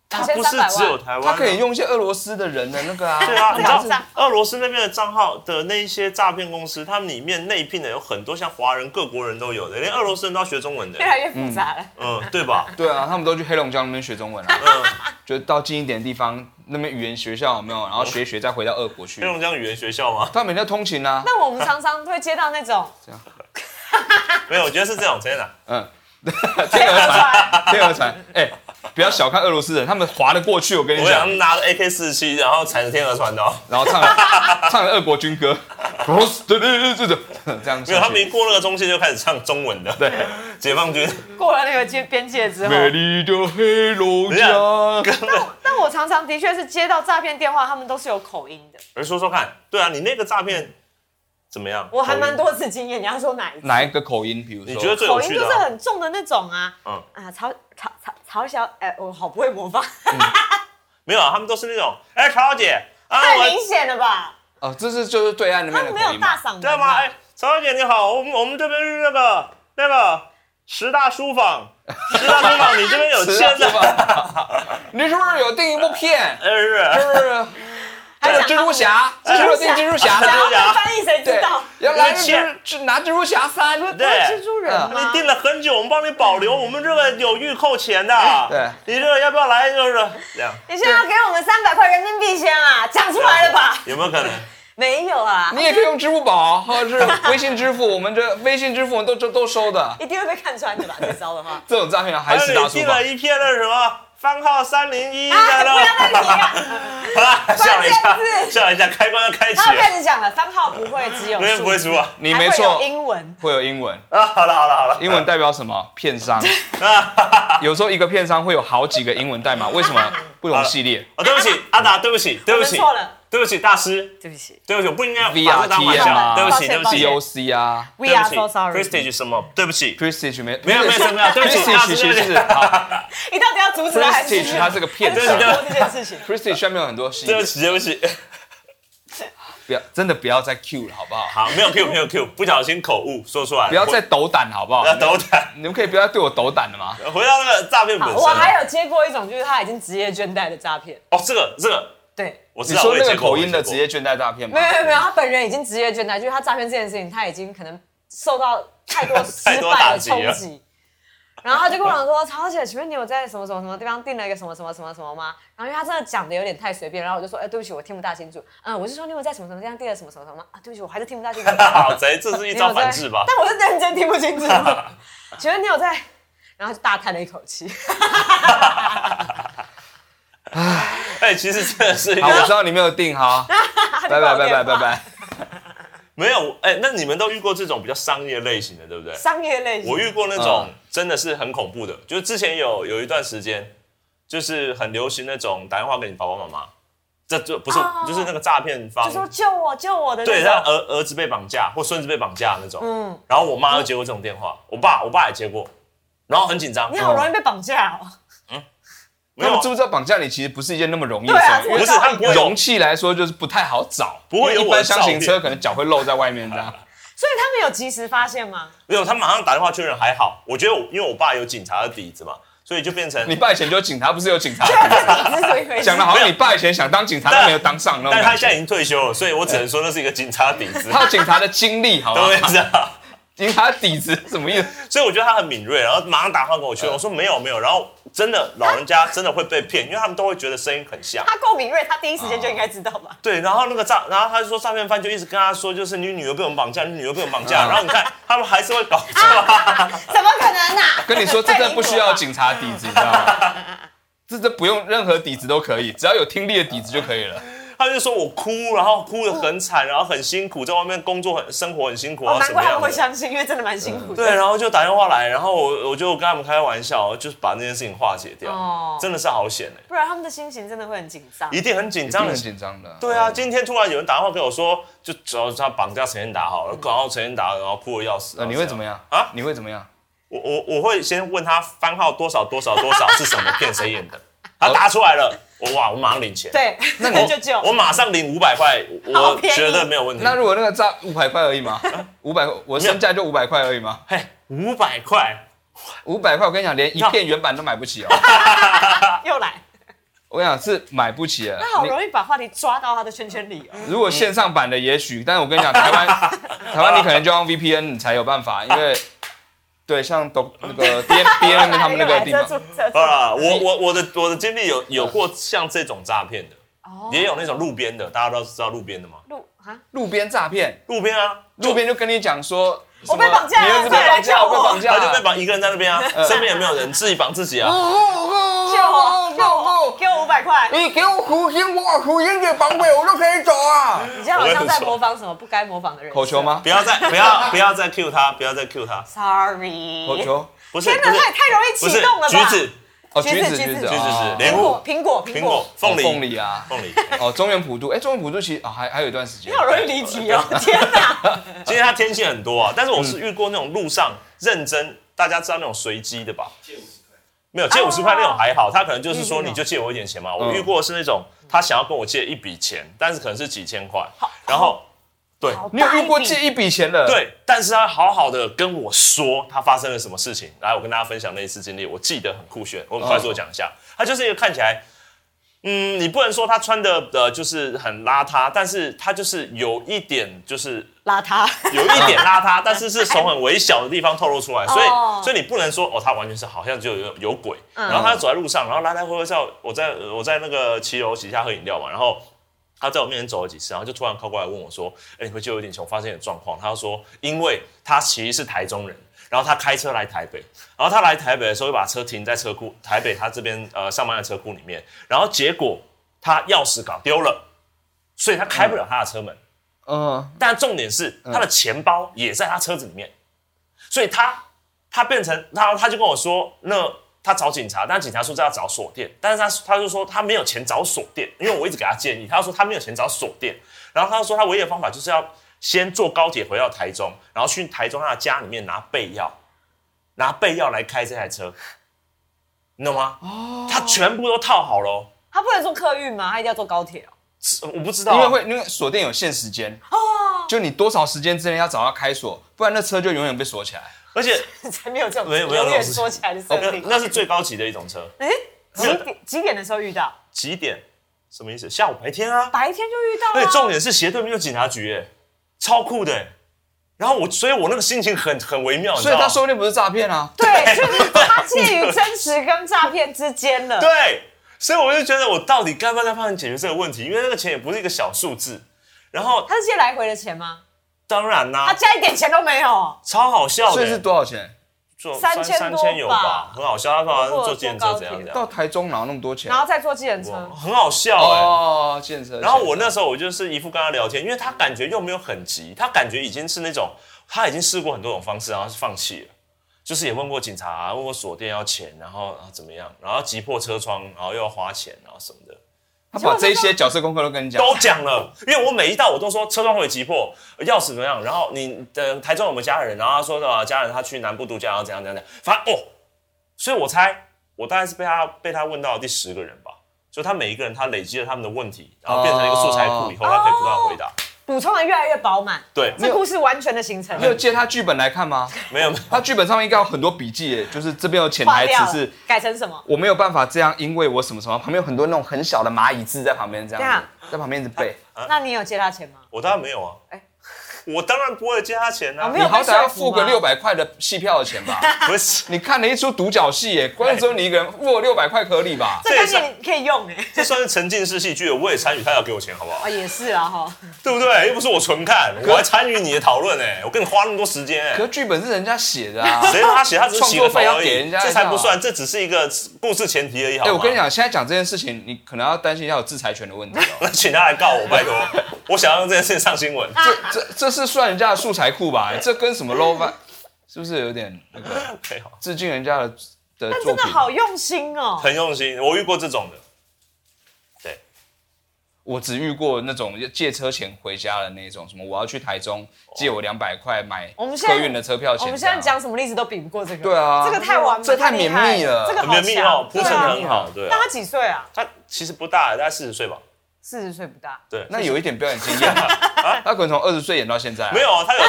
Speaker 3: 它不是只有台湾啊，
Speaker 1: 他可以用一些俄罗斯的人的那个啊，
Speaker 3: 对啊，你知
Speaker 2: 这样
Speaker 3: 道俄罗斯那边的账号的那一些诈骗公司，他们里面内聘的有很多像华人、各国人都有的，连俄罗斯人都要学中文的
Speaker 2: 越，来越复杂了。
Speaker 3: 嗯，对吧？
Speaker 1: 对啊，他们都去黑龙江那边学中文啊，
Speaker 3: 嗯，
Speaker 1: 就到近一点的地方，那边语言学校有没有？然后学一学再回到俄国去
Speaker 3: 黑。龙江语言学 校吗？
Speaker 1: 他每天通勤啊，
Speaker 2: 但我们常常会接到那种
Speaker 3: 没有，我觉得是这种，真的。
Speaker 1: 嗯，
Speaker 2: 电话来，
Speaker 1: 天鹅船，哎、不要小看俄罗斯人，他们划得过去，我跟你
Speaker 3: 我
Speaker 1: 讲。
Speaker 3: 想拿着 AK 四七，然后踩着天鹅船 的、哦，
Speaker 1: 然后唱了唱了 俄国军歌，对对对对对， 这样
Speaker 3: 没有，
Speaker 1: 上
Speaker 3: 他们
Speaker 1: 去。
Speaker 3: 一过那个中线就开始唱中文的，
Speaker 1: 对，
Speaker 3: 解放军。
Speaker 2: 过了那个界边界之后，
Speaker 1: 美丽的黑龙江，
Speaker 2: 但我常常的确是接到诈骗电话，他们都是有口音的。
Speaker 3: 而说说看，对啊，你那个诈骗怎么样？
Speaker 2: 我还蛮多次经验，你要说哪一次？
Speaker 1: 哪一个口音？比如说，
Speaker 3: 你觉得最有
Speaker 2: 口音
Speaker 3: 趣
Speaker 2: 就
Speaker 3: 的
Speaker 2: 是
Speaker 3: 啊、
Speaker 2: 很重的那种啊。
Speaker 3: 嗯
Speaker 2: 啊，曹曹曹曹小，哎、我好不会模 仿，
Speaker 3: 没有啊，他们都是那种，哎、曹小姐啊，
Speaker 2: 太
Speaker 3: 我
Speaker 2: 明显了吧？
Speaker 1: 哦，这是就是对岸那
Speaker 2: 他
Speaker 1: 边的
Speaker 2: 们没
Speaker 1: 口
Speaker 2: 有
Speaker 1: 音嘛
Speaker 2: 大？嗓门啊
Speaker 3: 对吗？哎、曹小姐你好，我们我们这边是那个那个十大书 坊，十大书坊，你这 边有
Speaker 1: 是
Speaker 3: 签
Speaker 1: 啊
Speaker 3: 的
Speaker 1: 是？吧？ 你是不是有订一部片？
Speaker 3: 呃，是
Speaker 1: 就
Speaker 3: 不是，
Speaker 1: 是
Speaker 2: 还
Speaker 1: 这个
Speaker 2: 想
Speaker 1: 蜘蛛侠，
Speaker 2: 他
Speaker 1: 蜘蛛定
Speaker 2: 们
Speaker 1: 蜘蛛侠
Speaker 2: 想
Speaker 1: 的，
Speaker 2: 要被翻译谁知
Speaker 1: 对
Speaker 2: 道？，
Speaker 1: 要来
Speaker 3: 因为
Speaker 1: 蜘蛛拿蜘蛛侠三，
Speaker 2: 不
Speaker 3: 对啊
Speaker 2: 是蜘蛛人吗？
Speaker 3: 你订了很久，我们帮你保留，
Speaker 2: 嗯
Speaker 3: 我们这个有预扣钱的。
Speaker 2: 哎
Speaker 1: 对，
Speaker 3: 你这个要不要来？就是这样，
Speaker 2: 你现在要给我们三百块人民币先啊，讲出来了吧？
Speaker 3: 有没 有可能？
Speaker 2: 没有啊，
Speaker 1: 你也可以用支付宝或者是微信支付，我们这微信支付我们都都都收的。
Speaker 2: 一定会被看穿 的吧？这招的话。
Speaker 1: 这种诈骗还
Speaker 3: 还
Speaker 1: 是
Speaker 3: 有
Speaker 1: 大
Speaker 3: 你
Speaker 1: 叔
Speaker 3: 订
Speaker 1: 吧
Speaker 3: 了？一片那什么番号三零一的
Speaker 2: 啊！不要再
Speaker 3: 那
Speaker 2: 提 了，
Speaker 3: 个，啊吓我一
Speaker 2: 关
Speaker 3: 下
Speaker 2: 键，字啊
Speaker 3: 吓我一下，开关要开启
Speaker 2: 他要开
Speaker 3: 了，
Speaker 2: 始讲了，番号不会只有
Speaker 3: 永远
Speaker 2: 数
Speaker 3: 不会
Speaker 2: 字
Speaker 3: 输啊！
Speaker 1: 你
Speaker 2: 还
Speaker 1: 没
Speaker 2: 会
Speaker 1: 错
Speaker 2: 有，英文
Speaker 1: 会有英文，
Speaker 3: 啊，好了好了好了，
Speaker 1: 英文代表什么？片商。
Speaker 3: 啊，
Speaker 1: 有时候一个片商会有好几个英文代码，为什么不同系列？
Speaker 3: 哦对不起，阿达，对不起，对不起，
Speaker 2: 啊我们错了，
Speaker 3: 对不起，大师，
Speaker 2: 对不起
Speaker 3: 对不起，我不应该把这当玩
Speaker 1: VRT
Speaker 3: 笑，
Speaker 1: 啊
Speaker 3: 对不起，
Speaker 2: 抱
Speaker 3: 对
Speaker 2: 歉
Speaker 3: 不
Speaker 2: 抱
Speaker 3: 起
Speaker 2: 歉，
Speaker 1: DOC 啊
Speaker 2: ，We
Speaker 3: 对
Speaker 2: are
Speaker 3: 不起
Speaker 2: so sorry。
Speaker 3: Prestige 什么？对不起，
Speaker 1: ，Prestige 没
Speaker 3: 没有没有没有没有对不起大
Speaker 1: ，Prestige
Speaker 3: 师
Speaker 1: 其实是
Speaker 3: 对不起
Speaker 1: 好
Speaker 2: 你到底要阻止他还是
Speaker 1: Prestige 它是个骗
Speaker 2: 还是
Speaker 1: 子啊
Speaker 2: 说这件事情？
Speaker 1: ，Prestige 下面有很多系
Speaker 3: 对不
Speaker 1: 列，
Speaker 3: 起，对不起，
Speaker 1: 不要真的不要再 Q 了，好不好？
Speaker 3: 好，没有 Q 没有 Q，不小心口误说出来了，
Speaker 1: 不要再斗胆，好不好
Speaker 3: 不？要斗胆。
Speaker 1: 你们可以不要对我斗胆了吗？
Speaker 3: 回到那个诈骗本
Speaker 2: 好，
Speaker 3: 身，
Speaker 2: 我还有接过一种，就是他已经职业倦怠的诈骗。
Speaker 3: 哦，这个这个
Speaker 2: 对，
Speaker 3: 我知
Speaker 1: 你
Speaker 3: 道，
Speaker 1: 说
Speaker 3: 我也
Speaker 1: 那个
Speaker 3: 见过
Speaker 1: 口音的职，
Speaker 3: 我也
Speaker 1: 业
Speaker 3: 见
Speaker 1: 倦怠诈骗吗
Speaker 2: 没？有没有没有，他本人已经职业倦怠，就是他诈骗这件事情，他已经可能受到太多失
Speaker 3: 太多
Speaker 2: 败
Speaker 3: 打
Speaker 2: 的
Speaker 3: 击
Speaker 2: 冲
Speaker 3: 了
Speaker 2: 击。然后他就跟我讲说：“曹姐，请问你有在什么什么什么地方订了一个什么什么什么什么吗？”然后因为他真的讲的有点太随便，然后我就说：“哎、对不起，我听不大清楚。”嗯，我是说你有在什么什么地方订了什么什么什么吗？啊，对不起，我还是听不大清楚。
Speaker 3: 过 好贼，这是一
Speaker 2: 你
Speaker 3: 招
Speaker 2: 有在
Speaker 3: 反制 吧？
Speaker 2: 但我是认真听不清楚。 请问你有在？ 然后就大叹了一口气。
Speaker 3: 哎，其实真的是一
Speaker 1: 好，我
Speaker 3: 个
Speaker 2: 啊
Speaker 1: 知道你没有定， 好，拜拜拜拜拜拜。
Speaker 3: 没有哎，那你们都遇过这种比较商业类型的，对不对？
Speaker 2: 商业类型，
Speaker 3: 我遇过那种
Speaker 1: 嗯
Speaker 3: 真的是很恐怖的，就是之前有有一段时间，就是很流行那种打电话给你爸爸妈妈，这这不是、
Speaker 2: 哦
Speaker 3: 就是那个诈骗方
Speaker 2: 就，说救我救我的那
Speaker 3: 对，他
Speaker 2: 种，
Speaker 3: 儿儿子被绑架或孙子被绑架那种。
Speaker 2: 嗯，
Speaker 3: 然后我妈又接过这种电话，我爸我爸也接过，然后很紧张
Speaker 2: 你。好容易被绑架哦，
Speaker 3: 没
Speaker 1: 那
Speaker 3: 有
Speaker 1: 么
Speaker 3: 啊
Speaker 1: 知不知道绑架你其实不是一件那么容易的
Speaker 2: 对啊
Speaker 1: 事，因
Speaker 2: 我
Speaker 3: 不
Speaker 1: 为
Speaker 3: 是他不会
Speaker 1: 容器来说就是不太好找，
Speaker 3: 不会
Speaker 1: 因
Speaker 3: 有
Speaker 1: 为一
Speaker 3: 我的
Speaker 1: 般箱型
Speaker 3: 照
Speaker 1: 车
Speaker 3: 片
Speaker 1: 可能脚会露在外面这 样。
Speaker 2: 所以他们有及时发现吗？
Speaker 3: 没有，他马上打电话确认还好。我觉得我因为我爸有警察的底子嘛，所以就变成
Speaker 1: 你，爸以前就是警察，不是有警察？
Speaker 2: 这是怎么一回事
Speaker 1: 讲的好像你爸以前想当警察，但没有当上那种
Speaker 3: 但他
Speaker 1: 感
Speaker 3: 现
Speaker 1: 觉。
Speaker 3: 在已经退休了，所以我只能说那是一个警察底子，
Speaker 1: 他有警察的经历，好
Speaker 3: 都
Speaker 1: 吧
Speaker 3: 会？这样。
Speaker 1: 警察底子什么意思？
Speaker 3: 所以我觉得他很敏锐，然后马上打电话跟
Speaker 2: 嗯
Speaker 3: 我确认，我说没有没有，然后真的老人家真的会被骗，因为他们都会觉得声音很像。
Speaker 2: 他够敏锐，他第一时间就应该知道吧？
Speaker 3: 对，然后那个诈，然后他就说诈骗犯就一直跟他说，就是你女儿被我们绑架，你女儿被我们绑
Speaker 2: 嗯
Speaker 3: 架，然后你看他们还是会搞错啊。
Speaker 2: 怎么可能啊？
Speaker 1: 跟你说，这真的不需要警察底子，你知道吗？这这不用任何底子都可以，只要有听力的底子就可以了。
Speaker 3: 他就说我哭，然后哭得很惨，然后很辛苦，在外面工作很生活很辛苦
Speaker 2: 哦，
Speaker 3: 啊，
Speaker 2: 难
Speaker 3: 什么
Speaker 2: 怪他
Speaker 3: 样
Speaker 2: 们会
Speaker 3: 的。嗯
Speaker 2: 相信，因为真的蛮辛苦的。
Speaker 3: 对，然后就打电话来，然后我我就跟他们开玩笑，就是把那件事情化解掉，
Speaker 2: 哦
Speaker 3: 真的是好险哎、
Speaker 2: 不然他们的心情真的会很紧张。
Speaker 3: 一定很紧
Speaker 1: 这
Speaker 3: 张
Speaker 1: 样
Speaker 3: 很
Speaker 1: 很紧张的。
Speaker 3: 对啊，今天突然有人打电话给我说，就主要是他绑架陈建达好了，然后陈建达然后哭的要死。
Speaker 1: 嗯呃，你会怎么样
Speaker 3: 啊
Speaker 1: 啊？你会怎么样？
Speaker 3: 我我我会先问他番号多少多少多少是什么片 谁演的，他答出来了，我哇，我马上领钱。，
Speaker 2: 对，哎那
Speaker 3: 我
Speaker 2: 就救。
Speaker 3: 我马上领五百块，
Speaker 2: 好
Speaker 3: 我
Speaker 2: 便宜
Speaker 3: 觉得没有问题。
Speaker 1: 那如果那个诈五百块而已 嘛，五百，我身价就五百块而已嘛，
Speaker 3: 嘿，五百块，
Speaker 1: 五百块，我跟你讲，连一片原版都买不起哦。
Speaker 2: 又来，
Speaker 1: 我跟你讲是买不起的。
Speaker 2: 他好
Speaker 1: 你
Speaker 2: 容易把话题抓到他的圈圈里哦。
Speaker 1: 如果线上版的也许，但是我跟你讲，台 湾台湾你可能就用 VPN 你才有办法，因为对像都那个 D N D N 他们那个地
Speaker 2: 哎又来
Speaker 1: 方，
Speaker 2: 遮住遮住
Speaker 3: 好啦，我我我的我的经历有有过像这种诈骗的，
Speaker 2: 哦
Speaker 3: 也有那种路边的，大家都知道路边的吗？
Speaker 2: 路啊，
Speaker 1: 路边诈骗，
Speaker 3: 路边啊，
Speaker 1: 路边就跟你讲说，
Speaker 2: 我被绑架了
Speaker 1: 你儿子被绑架，我被绑架嗯
Speaker 3: 他就被
Speaker 1: 了。
Speaker 3: 绑一个人在那 边啊，身边也没有人，自己绑自己啊。
Speaker 2: 救我，救我，给我五百块。
Speaker 1: 你给我虎心，我虎心给绑匪，我就可以走啊！
Speaker 2: 你这样好像在模仿什么不该模仿的人。
Speaker 1: 口球？吗
Speaker 3: 不？要再不要不要再 Q 他，不要再 Q 他，
Speaker 2: Sorry，
Speaker 1: 口球
Speaker 3: 不是
Speaker 2: 天
Speaker 3: 不
Speaker 2: 哪，
Speaker 3: 是
Speaker 2: 他也太容易
Speaker 3: 不
Speaker 2: 启
Speaker 3: 是
Speaker 2: 动了吧？
Speaker 3: 橘子
Speaker 1: 哦，
Speaker 2: 橘
Speaker 1: 橘
Speaker 2: 子
Speaker 1: 子
Speaker 2: 橘
Speaker 1: 橘
Speaker 2: 子
Speaker 1: 子
Speaker 3: 橘子是
Speaker 1: 哦
Speaker 3: 莲
Speaker 2: 苹
Speaker 3: 雾
Speaker 2: 果，苹果，
Speaker 3: 苹果凤
Speaker 1: 哦
Speaker 3: 梨
Speaker 1: 凤梨啊，
Speaker 3: 凤梨。
Speaker 1: 哦中原普渡，哎，中原普渡其实哦还还有一段时间
Speaker 2: 你，好容易离 题哦！天哪，
Speaker 3: 今天他天气很多啊，但是我是遇过那种路上认真，大家知道那种随机的吧？借五十块，没有借五十块那种还好，他可能就是说
Speaker 2: 哦嗯嗯嗯
Speaker 3: 你就借我一点钱嘛。我遇过的是那种他想要跟我借一笔钱，但是可能是几千块，然后对
Speaker 2: 好
Speaker 1: 你有
Speaker 2: 大一
Speaker 1: 遇过
Speaker 2: 笔
Speaker 1: 借一笔钱的？，
Speaker 3: 对，但是他好好的跟我说他发生了什么事情。来，我跟大家分享那一次经历，我记得很酷炫，我很快速的讲一下。他就是一个看起来，嗯，你不能说他穿的呃就是很邋遢，但是他就是有一点就是
Speaker 2: 邋遢，
Speaker 3: 有一点邋遢，但是是从很微小的地方透露出来，所以、
Speaker 2: 哦
Speaker 3: 所以你不能说哦，他完全是好像就有有鬼。然后他就走在路上，然后来来回回在我我在呃我在那个骑楼底下喝饮料嘛，然后他在我面前走了几次，然后就突然靠过来问我说：“哎、你回去有点钱，我发现有状况。”他就说：“因为他其实是台中人。”然后他开车来台北，然后他来台北的时候就把车停在车库，台北他这边呃上班的车库里面，然后结果他钥匙搞丢了，所以他开不了他的车门。
Speaker 1: 嗯，
Speaker 3: 但重点是他的钱包也在他车子里面，所以他他变成他他就跟我说，那他找警察，但警察说这要找锁店，但是他他就说他没有钱找锁店，因为我一直给他建议，他就说他没有钱找锁店，然后他就说他唯一的方法就是要先坐高铁回到台中，然后去台中他的家里面拿备药，拿备药来开这台车，你懂吗？
Speaker 1: 哦
Speaker 3: 他全部都套好了哦，
Speaker 2: 他不能坐客运吗？他一定要坐高铁哦。
Speaker 3: 是我不知道哦啊、
Speaker 1: 因为会因为锁店有限时间，就你多少时间之内要找到开锁，不然那车就永远被锁起来。
Speaker 3: 而且
Speaker 2: 才没有这种
Speaker 3: 没有没有
Speaker 2: 永
Speaker 3: 那
Speaker 2: 远
Speaker 3: 种事
Speaker 2: 说起来的设
Speaker 3: 那
Speaker 2: 定。
Speaker 3: 那是最高级的一种车。
Speaker 2: 哎，几点几点的时候遇到？
Speaker 3: 几点？什么意思？下午白天啊！
Speaker 2: 白天就遇到
Speaker 3: 而且
Speaker 2: 了。
Speaker 3: 重点是斜对面有警察局、哎，超酷的、哎然后我，所以我那个心情很很微妙，你知
Speaker 1: 所以
Speaker 3: 道吗
Speaker 1: 他说不定不是诈骗啊，
Speaker 2: 对，就是他介于真实跟诈骗之间了。
Speaker 3: 对，所以我就觉得我到底该不该帮你解决这个问题？因为那个钱也不是一个小数字。然后
Speaker 2: 他是借来回的钱吗？
Speaker 3: 当然啦、
Speaker 2: 他加一点钱都没有，
Speaker 3: 超好笑的、
Speaker 1: 所
Speaker 3: 哎
Speaker 1: 以是多少钱？
Speaker 3: 做
Speaker 2: 三千
Speaker 3: 三
Speaker 2: 多
Speaker 3: 千有
Speaker 2: 吧
Speaker 3: 吧，很好笑。他好像
Speaker 2: 如果
Speaker 3: 坐电
Speaker 2: 坐
Speaker 3: 车
Speaker 2: 高
Speaker 3: 怎
Speaker 2: 铁
Speaker 3: 样怎
Speaker 1: 到
Speaker 3: 样，
Speaker 1: 台中哪有那么多钱
Speaker 2: 然？后再坐计程车。
Speaker 3: 很好笑哎、
Speaker 1: 哦，建设。
Speaker 3: 然后我那时候我就是一副跟他聊天，因为他感觉又没有很急，他感觉已经是那种他已经试过很多种方式，然后是放弃了，就是也问过警察、啊问过锁店要钱，然后然后怎么样，然后急迫车窗，然后又要花钱，然后什么的，
Speaker 1: 他把这一些角色功课都跟你讲，
Speaker 3: 都讲了，因为我每一道我都说车窗会急迫，钥匙怎么样，然后你的台中有没有家人，然后他说的家人他去南部度假，然后怎样怎样怎样，反正哦，所以我猜我大概是被他被他问到的第十个人吧，就他每一个人他累积了他们的问题，然后变成一个素材库以后，他可以不断回
Speaker 2: 哦
Speaker 3: 答。
Speaker 2: 补充的越来越饱满，
Speaker 3: 对，
Speaker 2: 这故事完全的形成
Speaker 1: 你有借他剧本来看 吗？
Speaker 3: 没有没有，
Speaker 1: 他剧本上面应该有很多笔记耶，就是这边有潜
Speaker 2: 划
Speaker 1: 台
Speaker 2: 掉
Speaker 1: 词
Speaker 2: 了
Speaker 1: 是，
Speaker 2: 改成什么？
Speaker 1: 我没有办法这样，因为我什么什么，旁边有很多那种很小的蚂蚁字在旁边这样子，在旁边一直背。
Speaker 2: 那你有借他钱吗？
Speaker 3: 我当然没有啊，
Speaker 2: 哎
Speaker 3: 我当然不会借他钱
Speaker 2: 哦
Speaker 3: 啊
Speaker 2: 没，
Speaker 1: 你
Speaker 2: 有啊
Speaker 1: 好歹要付个
Speaker 2: 被
Speaker 1: 六
Speaker 2: 说服
Speaker 1: 百块的戏票的 钱吧？
Speaker 3: 不是，
Speaker 1: 你看了一出独角戏耶，观众只有你一个人付六百块合理吧？
Speaker 2: 这概
Speaker 3: 这也
Speaker 2: 念可以用哎、欸，
Speaker 3: 这算是沉浸式戏剧，我也参与，他要给我钱好不好
Speaker 2: 哦？也是啊哈，
Speaker 3: 对不对？又不是我纯看，我还参与你的讨论哎，我跟你花那么多时间哎
Speaker 1: 可。是剧本是人家写的 啊。
Speaker 3: 谁让他写？他只是起个
Speaker 1: 创
Speaker 3: 头
Speaker 1: 作费要
Speaker 3: 而
Speaker 1: 给
Speaker 3: 已
Speaker 1: 人，家
Speaker 3: 这才不
Speaker 1: 你
Speaker 3: 算，这只是一个故事前提而已，好
Speaker 1: 哎、
Speaker 3: 吗？
Speaker 1: 我跟你，讲，现在讲这件事情，你可能要担心一下有制裁权的问题哦。
Speaker 3: 那请他来告 我，拜托，我想要用这件事情上新闻。
Speaker 2: 啊
Speaker 1: 这这这是算人家的素材库吧？这跟什么 low 吧，是不是有点那个
Speaker 3: 没有
Speaker 1: 致敬人家的的
Speaker 2: 但
Speaker 1: 作
Speaker 2: 真的
Speaker 1: 品？
Speaker 2: 好用心哦、
Speaker 3: 很用心，我遇过这种的，
Speaker 1: 我只遇过那种借车钱回家的那种，什么我要去台中借我两百块买
Speaker 2: 我们现在
Speaker 1: 客运的车票钱。
Speaker 2: 我们现在讲什么例子都比不过这个，
Speaker 1: 对啊
Speaker 2: 这个太完美，
Speaker 1: 这太
Speaker 2: 厉害
Speaker 1: 绵密了
Speaker 2: 这个
Speaker 3: 很
Speaker 2: 好
Speaker 3: 绵密哦
Speaker 2: 强，
Speaker 3: 铺陈
Speaker 2: 对
Speaker 3: 的
Speaker 2: 啊
Speaker 3: 很好，对啊
Speaker 2: 那。他几岁啊？
Speaker 3: 他其实不大，大概四十岁吧。
Speaker 2: 四十岁不大，
Speaker 3: 对，
Speaker 1: 那有一点表演经验吧？ 他可能从二十岁演到现在啊、
Speaker 3: 没有， 他有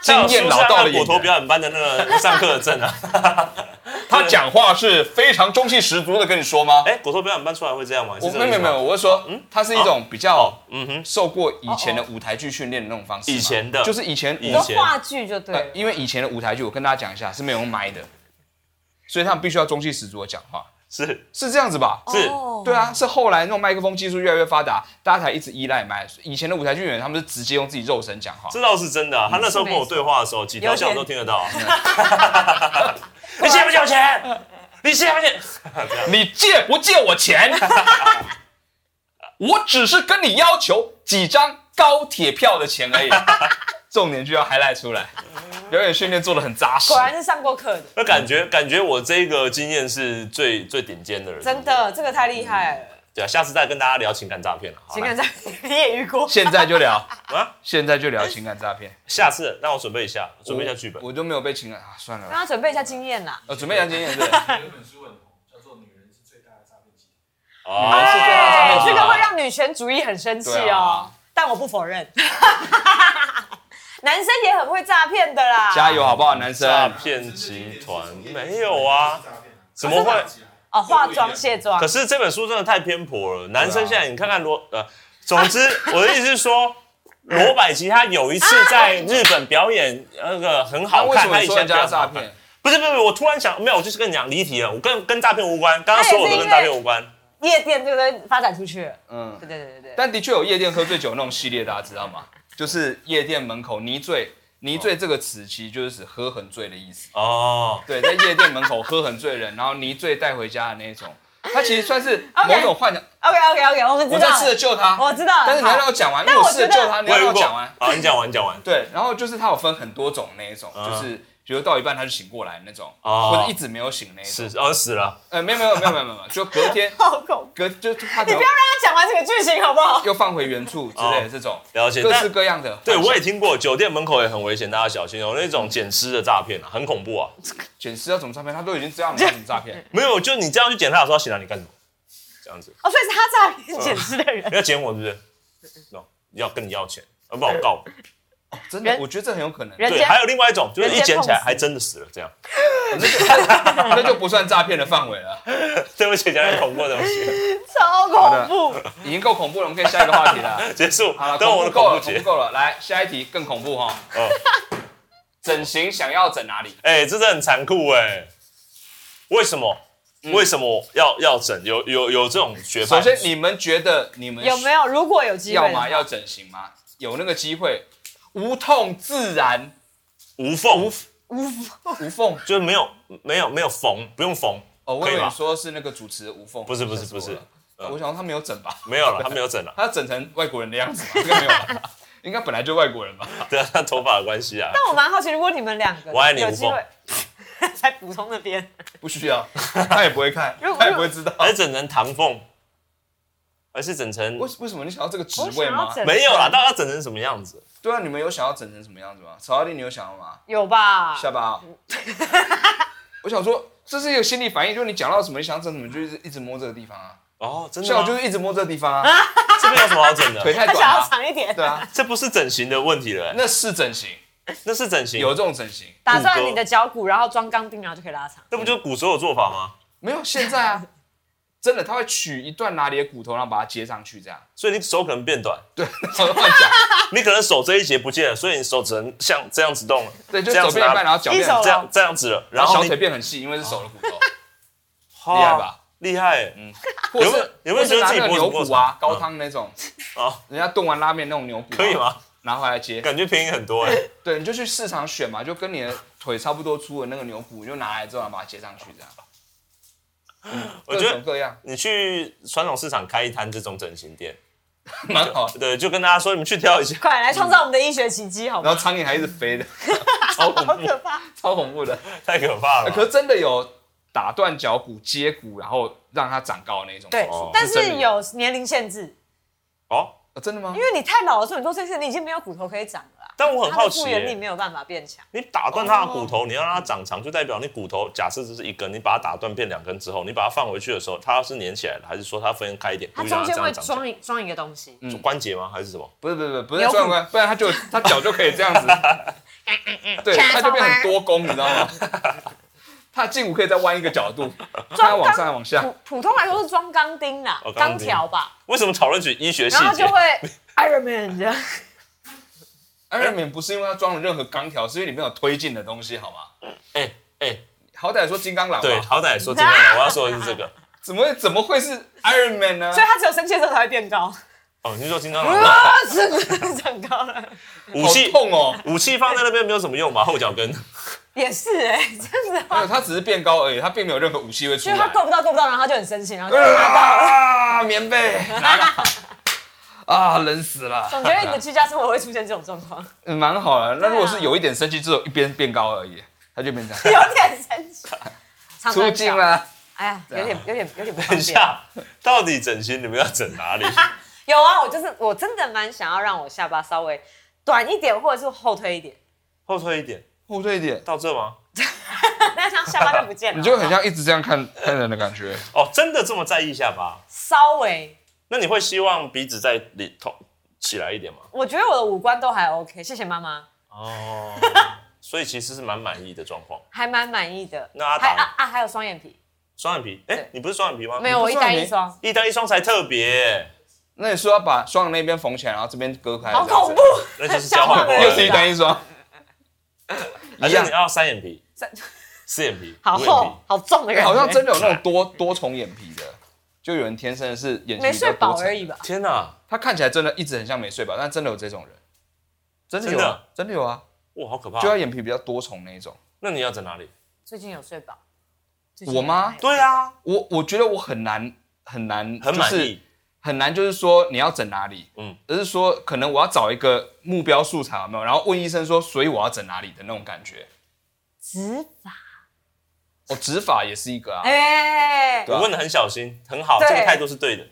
Speaker 1: 经验老道的
Speaker 3: 果
Speaker 1: 演
Speaker 3: 陀
Speaker 1: 员。
Speaker 3: 表演班的那啊个上课的 证啊。
Speaker 1: 他讲话是非常中气十足的跟你说吗？
Speaker 3: 哎，哦果陀表演班出来会这样吗？
Speaker 1: 我
Speaker 3: 是这
Speaker 1: 没
Speaker 3: 个
Speaker 1: 有没
Speaker 3: 意
Speaker 1: 有
Speaker 3: 思吗
Speaker 1: 没有，，我是说，他是一种比较
Speaker 3: 嗯哼，
Speaker 1: 受过以前
Speaker 2: 哦
Speaker 1: 的舞台剧训练的那种方式嘛。
Speaker 3: 以前的
Speaker 1: 就是以前
Speaker 3: 以
Speaker 1: 以
Speaker 2: 都
Speaker 3: 前
Speaker 2: 话剧就对了
Speaker 1: 呃，因为以前的舞台剧，我跟大家讲一下是没有用麦的，所以他们必须要中气十足的讲话，
Speaker 3: 是
Speaker 1: 是这样子吧？
Speaker 3: 是
Speaker 2: 哦
Speaker 1: 对啊，是后来那种麦克风技术越来越发达，大家才一直依赖麦。以前的舞台剧演员他们是直接用自己肉身讲话，
Speaker 3: 这倒是真
Speaker 2: 嗯
Speaker 3: 的啊。他那时候跟我对话的时候，几条线我都听得到啊。啊 你借不借我钱？你借不借？这样
Speaker 1: 你借不借我钱？ 我只是跟你要求几张高铁票的钱而已，重点就要 highlight 出来。表演训练做的很扎实
Speaker 2: 果，然是上过课的，
Speaker 3: 那感觉感觉我这个经验是最最顶尖的人，
Speaker 2: 真的，这个太厉害了。
Speaker 3: 对啊，下次再跟大家聊情感诈骗了，啊好
Speaker 2: 情
Speaker 3: 来
Speaker 2: 感在你也遇过，
Speaker 1: 现在就聊，
Speaker 3: 啊，
Speaker 1: 现在就聊情感诈骗，
Speaker 3: 下次让我准备一下，准备一下剧本
Speaker 2: 嗯
Speaker 1: 我，我都没有被情感啊，算了啦
Speaker 2: 让。他准备一下经验啦。
Speaker 1: 呃，准备杨经验是不是
Speaker 4: 有一本书很红，叫做《女人是最大的诈骗集团》。
Speaker 3: 哦，
Speaker 1: 是最大
Speaker 2: 哎
Speaker 1: 的诈骗集团
Speaker 2: 这个会让女权主义很生气
Speaker 1: 对
Speaker 2: 哦
Speaker 1: 啊，
Speaker 2: 但我不否认， 男生也很会诈骗的啦。
Speaker 1: 加油好不好，男生？
Speaker 3: 诈骗集团没有啊，怎么会？
Speaker 2: 哦，化妆卸妆
Speaker 3: 可，是这本书真的太偏颇了，
Speaker 2: 啊
Speaker 3: 男生现在你看看罗呃，总之 我的意思是说。罗百吉他有一次在日本表演，那个很
Speaker 1: 那
Speaker 3: 好
Speaker 1: 为什
Speaker 3: 看。
Speaker 1: 么
Speaker 3: 他
Speaker 1: 你
Speaker 3: 以
Speaker 1: 说人
Speaker 3: 前
Speaker 1: 家
Speaker 3: 表
Speaker 1: 诈
Speaker 3: 演很好看
Speaker 1: 骗？
Speaker 3: 不是不是，我突然想，没有，我就是跟你讲离题了，我跟跟诈骗无关，刚
Speaker 2: 哎
Speaker 3: 刚所有都跟诈骗无关。
Speaker 2: 夜店对不对？发展出去了，
Speaker 1: 嗯
Speaker 2: 对，对对对对。
Speaker 1: 但的确有夜店喝醉酒那种系列，大家知道吗？就是夜店门口泥醉，泥醉这个词其实就是指喝很醉的意思。
Speaker 3: 哦，
Speaker 1: 对，在夜店门口喝很醉的人，然后泥醉带回家的那种，他其实算是
Speaker 2: OK
Speaker 1: 某种幻想。
Speaker 2: OK OK OK，我们
Speaker 1: 我
Speaker 2: 知
Speaker 1: 在
Speaker 2: 道了，
Speaker 1: 试着救他，
Speaker 2: 我知道了
Speaker 1: 但是你要
Speaker 2: 好
Speaker 1: 让我讲完，因
Speaker 2: 但
Speaker 1: 为我
Speaker 2: 我
Speaker 1: 试着
Speaker 2: 觉得
Speaker 1: 救他，你
Speaker 3: 我
Speaker 1: 要让
Speaker 3: 有遇
Speaker 1: 我
Speaker 3: 过
Speaker 1: 讲完。
Speaker 3: 啊好，你讲完，你讲完。
Speaker 1: 对，然后就是他有分很多种那一种，就是比如到一半他就醒过来那种，
Speaker 3: 嗯哦
Speaker 1: 或者一直没有醒那一种。
Speaker 3: 是，哦，死了。
Speaker 1: 呃，没有没有没有没有没有没有，就隔 天
Speaker 2: 好恐怖！
Speaker 1: 隔就就他可
Speaker 2: 你
Speaker 1: 能
Speaker 2: 不要让他讲完这个剧情好不好？
Speaker 1: 又放回原处之类的这种，
Speaker 3: 哦了解，
Speaker 1: 各
Speaker 3: 但
Speaker 1: 式各样的幻
Speaker 3: 对
Speaker 1: 想。
Speaker 3: 我也听过，酒店门口也很危险，大家小心哦。那种捡尸的诈骗啊，很恐怖啊。
Speaker 1: 捡尸要怎么诈骗，他都已经知道你要怎么诈 骗。
Speaker 3: 没有，就你这样去捡他的时候，他醒来你干什么？这样子，
Speaker 2: 哦，所以是他诈骗捡尸的人，
Speaker 3: 你要捡我是不是？no, 要跟你要钱，要不然我告我。
Speaker 1: 真的，
Speaker 2: 人
Speaker 1: 我觉得这很有可能，
Speaker 2: 人
Speaker 3: 对，
Speaker 2: 家
Speaker 3: 还有另外一种，就是一捡起
Speaker 2: 人家
Speaker 3: 来
Speaker 2: 碰死
Speaker 3: 还真的死了，这样。
Speaker 1: 那就 不算诈骗的范围了，
Speaker 3: 对不起，讲点恐怖的东西。
Speaker 2: 超恐怖。
Speaker 1: 已经够恐怖了，我们可以下一个话题 了。
Speaker 3: 结束
Speaker 1: 好了，，
Speaker 3: 等我
Speaker 1: 恐
Speaker 3: 的
Speaker 1: 怖够
Speaker 3: 恐
Speaker 1: 了，恐
Speaker 3: 怖
Speaker 1: 怖
Speaker 3: 节。
Speaker 1: 够了，来下一题更恐怖哈。
Speaker 3: 嗯，
Speaker 1: 整形想要整哪里？
Speaker 3: 哎，这真的很残酷哎。为什么？为什么要要整？有有有这种学
Speaker 1: 首
Speaker 3: 派？
Speaker 1: 先，你们觉得你们
Speaker 2: 有没有？如果有机
Speaker 1: 要
Speaker 2: 会，
Speaker 1: 吗？要整形吗？有那个机会，无痛自然，
Speaker 3: 无缝，
Speaker 2: 无
Speaker 1: 无缝。
Speaker 3: 就是没有没有没有缝，不用缝。
Speaker 1: 哦，我
Speaker 3: 可
Speaker 1: 以
Speaker 3: 以
Speaker 1: 为
Speaker 3: 吧
Speaker 1: 你说是那个主持无缝，
Speaker 3: 不是不是
Speaker 1: 吓死我
Speaker 3: 不是
Speaker 1: 了
Speaker 3: 嗯
Speaker 1: 我想他没有整吧，
Speaker 3: 没有了，他没有整了。
Speaker 1: 他整成外国人的样 子嘛，这个没有吧，应该本来就外国人吧。
Speaker 3: 对啊，他头发的关系啊。
Speaker 2: 但我蛮好奇，如果你们两个
Speaker 3: 我爱你
Speaker 2: 有机会， 在补充那边，
Speaker 1: 不需要，他也不会看，
Speaker 2: 如果
Speaker 1: 他也不会知道。
Speaker 3: 还是整成唐凤，而是整成
Speaker 1: 为为什么你想要这个职
Speaker 2: 我
Speaker 1: 位
Speaker 2: 想要
Speaker 1: 吗？
Speaker 2: 整
Speaker 3: 没有啦，到底要整成什么样子？
Speaker 1: 对啊，你们有想要整成什么样子吗？曹大力，你有想要吗？
Speaker 2: 有吧？
Speaker 1: 下巴哦、我想说，这是一个心理反应，就是你讲到什么，你想整什么，就一直一直摸这个地方啊。
Speaker 3: 哦，真的
Speaker 1: 像
Speaker 3: 吗
Speaker 1: 我？就是一直摸这个地方 啊，
Speaker 3: 这边有什么好整的
Speaker 1: 腿？太
Speaker 2: 他
Speaker 1: 短
Speaker 2: 想要
Speaker 1: 了、
Speaker 2: 长一点。
Speaker 1: 对啊，
Speaker 3: 这不是整形的问题了、欸，
Speaker 1: 那是整形，
Speaker 3: 那是整形，
Speaker 1: 有这种整形。
Speaker 2: 打断你的脚骨，然后装钢钉，然后就可以拉长。
Speaker 3: 这不就是古时候的做法吗？
Speaker 1: 没有，现在啊，真的，他会取一段哪里的骨头，然后把它接上去，这样。
Speaker 3: 所以你手可能变短，
Speaker 1: 对，我乱讲。
Speaker 3: 你可能手这一节不见了，所以你手只能像这样子动了，
Speaker 1: 对，就
Speaker 3: 这样
Speaker 1: 手
Speaker 3: 子
Speaker 1: 变一半，
Speaker 3: 拿，
Speaker 1: 然后脚变
Speaker 2: 一手，
Speaker 1: 很，
Speaker 3: 这样这样子了，然
Speaker 1: 然后
Speaker 3: 后
Speaker 1: 小
Speaker 3: 你
Speaker 1: 腿变很细，因为是手的骨头。
Speaker 3: 厉
Speaker 1: 厉害吧？嗯
Speaker 3: 厉害欸、
Speaker 1: 或者
Speaker 3: 有没有
Speaker 1: 是
Speaker 3: 有没有
Speaker 1: 或者
Speaker 3: 觉得
Speaker 1: 拿
Speaker 3: 自己
Speaker 1: 那个
Speaker 3: 脖子
Speaker 1: 牛
Speaker 3: 不够
Speaker 1: 骨啊
Speaker 3: 长，
Speaker 1: 高汤那种，
Speaker 3: 哦，
Speaker 1: 人家炖完拉面那种牛骨啊，
Speaker 3: 可以吗？
Speaker 1: 拿回来接。
Speaker 3: 感觉便宜很多哎、
Speaker 1: 对，你就去市场选嘛，就跟你的腿差不多粗的那个牛骨，你就拿来之后然后把它接上去，这样。
Speaker 3: 我
Speaker 1: 各
Speaker 3: 觉
Speaker 1: 种
Speaker 3: 得
Speaker 1: 各样，
Speaker 3: 你去传统市场开一摊这种整形店，
Speaker 1: 蛮好。
Speaker 3: 对，就跟大家说你们去挑一下
Speaker 2: 快来创造我们的医学奇迹，好
Speaker 1: 然
Speaker 2: 吗
Speaker 1: 后？苍蝇还一直飞的，超恐
Speaker 2: 好
Speaker 3: 嗯
Speaker 1: 怖，
Speaker 2: 可怕！
Speaker 1: 超恐怖的。
Speaker 3: 太可怕了
Speaker 1: 欸
Speaker 3: 吧。
Speaker 1: 可是真的有打断脚骨、接骨，然后让它长高的那种手
Speaker 2: 对
Speaker 1: 术。，
Speaker 2: 但
Speaker 1: 真的
Speaker 2: 是有年龄限制，
Speaker 3: 哦，
Speaker 1: 哦真的吗
Speaker 2: 因？为你太老的时候，你做这些事，你已经没有骨头可以长了啦。
Speaker 3: 但我很
Speaker 2: 它
Speaker 3: 好
Speaker 2: 的
Speaker 3: 奇、
Speaker 2: 复原力哦
Speaker 3: 欸，
Speaker 2: 没有办法变强。
Speaker 3: 你打断它的骨头，你要让它长长，就代表你骨头假设这是一根，你把它打断变两根之后，你把它放回去的时候，它是粘起来的，还是说它分开一点，
Speaker 2: 它
Speaker 3: 故意
Speaker 2: 中
Speaker 3: 让它
Speaker 2: 间
Speaker 3: 这
Speaker 2: 会
Speaker 3: 样长起来？
Speaker 2: 装一装一个东西，
Speaker 1: 嗯
Speaker 3: 关节吗？还是什么？
Speaker 1: 不是不是不是不是
Speaker 2: 牛骨
Speaker 1: 转过来，不然它就它脚就可以这 样子，对，它就变很多弓，你知道吗？ 它的胫骨可以再弯一个角度，它往上往下。
Speaker 2: 普普通来说是装钢钉啦
Speaker 3: 哦，钢
Speaker 2: 钢
Speaker 3: 钉
Speaker 2: 条吧，
Speaker 3: 为什么讨论起医学细
Speaker 2: 然后
Speaker 3: 节
Speaker 2: 就？会 Iron Man 这样。
Speaker 1: Iron Man 不是因为它装了任何钢条，是因为里面有推进的东西，好吗？
Speaker 3: 哎哎，
Speaker 1: 好歹说金刚狼
Speaker 3: 对，
Speaker 1: 吧，
Speaker 3: 好歹也说今天来我要说的是这个。
Speaker 1: 怎么会怎么会是 Iron Man 呢
Speaker 2: 所？以他只有生气的时候才会变高，
Speaker 3: 哦，你是说 金刚
Speaker 2: 啊
Speaker 3: 狼？，
Speaker 2: 真的长高了，
Speaker 3: 武
Speaker 1: 好
Speaker 3: 器
Speaker 1: 痛哦！
Speaker 3: 武器放在那边没有什么用吧？后脚跟。
Speaker 2: 也是哎，这样子的
Speaker 1: 没 有，
Speaker 2: 话，
Speaker 1: 它只是变高而已，它并没有任何武器会出
Speaker 2: 因为他
Speaker 1: 来。
Speaker 2: 够不到够不到，然后他就很生气，然后就
Speaker 1: 啊！棉 被，拿了啊，冷死了。
Speaker 2: 总觉得你的居家生活会出现这种状况，
Speaker 1: 嗯蛮好的。那如果
Speaker 2: 对啊
Speaker 1: 是有一点生气，只有一边变高而已，它就变这样。
Speaker 2: 有点生气。常
Speaker 1: 出
Speaker 2: 常
Speaker 1: 镜
Speaker 2: 讲，
Speaker 1: 了，
Speaker 2: 哎呀，有点有点有点不方
Speaker 3: 啊等
Speaker 2: 便。
Speaker 3: 一 下，到底整形你们要整哪里？
Speaker 2: 有啊，我就是我真的蛮想要让我下巴稍微短一点，或者是后推一点，
Speaker 3: 后退一点，
Speaker 1: 后哦退一点，
Speaker 3: 到这吗？
Speaker 2: 那像下巴就不见 了。
Speaker 1: 你就很像一直这样看看人的感 觉。
Speaker 3: 哦，真的这么在意下巴？
Speaker 2: 稍微，
Speaker 3: 那你会希望鼻子再里头起来一点吗？
Speaker 2: 我觉得我的五官都还 OK，谢谢妈妈，
Speaker 3: 哦，所以其实是蛮满意的状况。
Speaker 2: 还蛮满意的。
Speaker 3: 那阿达
Speaker 2: 还啊啊，还有双眼皮，
Speaker 3: 双眼皮，哎、
Speaker 2: 对
Speaker 3: 你不是双眼皮吗？
Speaker 2: 没有，
Speaker 1: 哦你
Speaker 2: 我
Speaker 1: 不
Speaker 2: 一
Speaker 1: 算
Speaker 2: 单
Speaker 1: 没
Speaker 2: 一双。
Speaker 3: 一单一双才特别，
Speaker 1: 那你说要把双眼那边缝起来，然后这边割开，
Speaker 2: 好
Speaker 1: 哎这样子
Speaker 2: 恐怖，！啊
Speaker 3: 那就是 交换过来
Speaker 1: 又是一单一双，
Speaker 3: 而
Speaker 1: 一
Speaker 3: 且
Speaker 1: 样
Speaker 3: 你。要三眼皮、
Speaker 2: 三
Speaker 3: 四眼皮、
Speaker 2: 好
Speaker 3: 五眼
Speaker 2: 厚
Speaker 3: 皮，，
Speaker 2: 好重的
Speaker 1: 哎
Speaker 2: 感觉，
Speaker 1: 好像真的有那种多多重眼皮的，就有人天生的是眼睛
Speaker 2: 哎没
Speaker 1: 比较
Speaker 2: 睡
Speaker 1: 多
Speaker 2: 饱
Speaker 1: 层
Speaker 2: 而已。吧。
Speaker 3: 天哪！
Speaker 1: 他看起来真的一直很像没睡饱，但真的有这种人，真的有
Speaker 3: 真
Speaker 1: 啊
Speaker 3: 的，
Speaker 1: 真的有啊，
Speaker 3: 哇，好可怕！
Speaker 1: 就他眼皮比较多重那一种。
Speaker 3: 那你要整哪里？
Speaker 2: 最近有睡饱，最近
Speaker 1: 我吗
Speaker 2: 有？
Speaker 3: 对啊，
Speaker 1: 我我觉得我很难很难
Speaker 3: 很满意，
Speaker 1: 很难就是说你要整哪里，
Speaker 3: 嗯
Speaker 1: 嗯，而是说可能我要找一个目标素材有没有，然后问医生说，所以我要整哪里的那种感觉。
Speaker 2: 直发，
Speaker 1: 哦，指法也是一个啊，
Speaker 2: 哎，
Speaker 1: 对啊
Speaker 3: 我问的很小心，很好，
Speaker 2: 对
Speaker 3: 这个态度是 对的。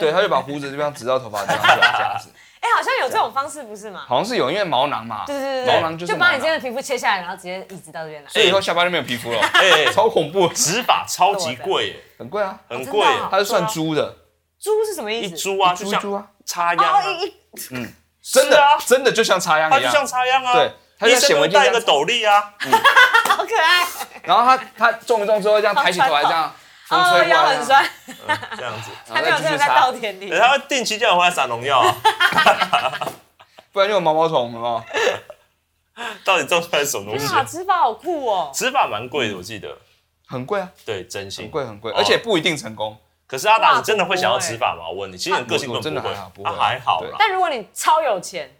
Speaker 1: 对，他就把胡子这边直到头发这样子啊这样子，
Speaker 2: 哎，好像有这种方式不是吗？
Speaker 1: 好像是有，因为毛囊嘛，
Speaker 2: 对对
Speaker 1: 毛
Speaker 2: 对
Speaker 1: 囊
Speaker 2: 对，
Speaker 1: 就是
Speaker 2: 就把你
Speaker 1: 毛
Speaker 2: 今天
Speaker 1: 囊
Speaker 2: 的皮肤切下来，然后直接移植到这边来。
Speaker 1: 所以以后下巴就没有皮肤了，
Speaker 3: 哎、
Speaker 1: 超恐怖，
Speaker 3: 植发超级贵耶，
Speaker 1: 很贵啊，
Speaker 3: 很
Speaker 2: 真的
Speaker 3: 贵耶，
Speaker 2: 哦
Speaker 1: 它是算猪的，
Speaker 2: 猪是什么意
Speaker 3: 一
Speaker 2: 思？
Speaker 3: 株啊，
Speaker 1: 一株
Speaker 3: 就
Speaker 1: 一株
Speaker 3: 像
Speaker 1: 啊，
Speaker 3: 插秧、
Speaker 2: 哦
Speaker 3: 啊，，
Speaker 2: 一一
Speaker 1: 真
Speaker 3: 是啊
Speaker 1: 的真的就像插秧
Speaker 3: 它
Speaker 1: 一
Speaker 3: 就像
Speaker 1: 样，
Speaker 3: 插秧啊，
Speaker 1: 对它就
Speaker 3: 医
Speaker 1: 像
Speaker 3: 生
Speaker 1: 显
Speaker 3: 会
Speaker 1: 微镜
Speaker 3: 戴一
Speaker 1: 这
Speaker 3: 个
Speaker 1: 样
Speaker 3: 斗笠啊，
Speaker 2: 好可爱，
Speaker 1: 然后他他种一种之后这样抬起头来这样风吹过
Speaker 2: 哦，
Speaker 1: 来这
Speaker 2: 腰
Speaker 1: 样，
Speaker 2: 很酸，
Speaker 3: 这样 子，
Speaker 1: 然
Speaker 2: 还
Speaker 1: 后
Speaker 2: 没有
Speaker 1: 再继
Speaker 2: 真的
Speaker 1: 续啊
Speaker 2: 在
Speaker 1: 插
Speaker 2: 稻，田里
Speaker 3: 对，。他会定期叫我回来撒农药啊，
Speaker 1: 不然就有毛毛虫，有没有？
Speaker 3: 到底种出来是什么东西
Speaker 2: 天？啊，植发好酷哦！
Speaker 3: 植发蛮贵的，我记得，
Speaker 1: 很贵啊，
Speaker 3: 对，真
Speaker 1: 嗯
Speaker 3: 心
Speaker 1: 很贵很贵，
Speaker 3: 哦
Speaker 1: 而且不一定成功。
Speaker 3: 可是阿达，
Speaker 2: 哇
Speaker 3: 你真的会想要
Speaker 2: 不会
Speaker 3: 植发吗？我问你，其实你个性
Speaker 1: 啊我我
Speaker 3: 根
Speaker 1: 真的
Speaker 3: 本不
Speaker 1: 还
Speaker 3: 会
Speaker 1: 好，不
Speaker 3: 啊
Speaker 1: 会
Speaker 3: 还好啦，
Speaker 2: 但如果你超有钱，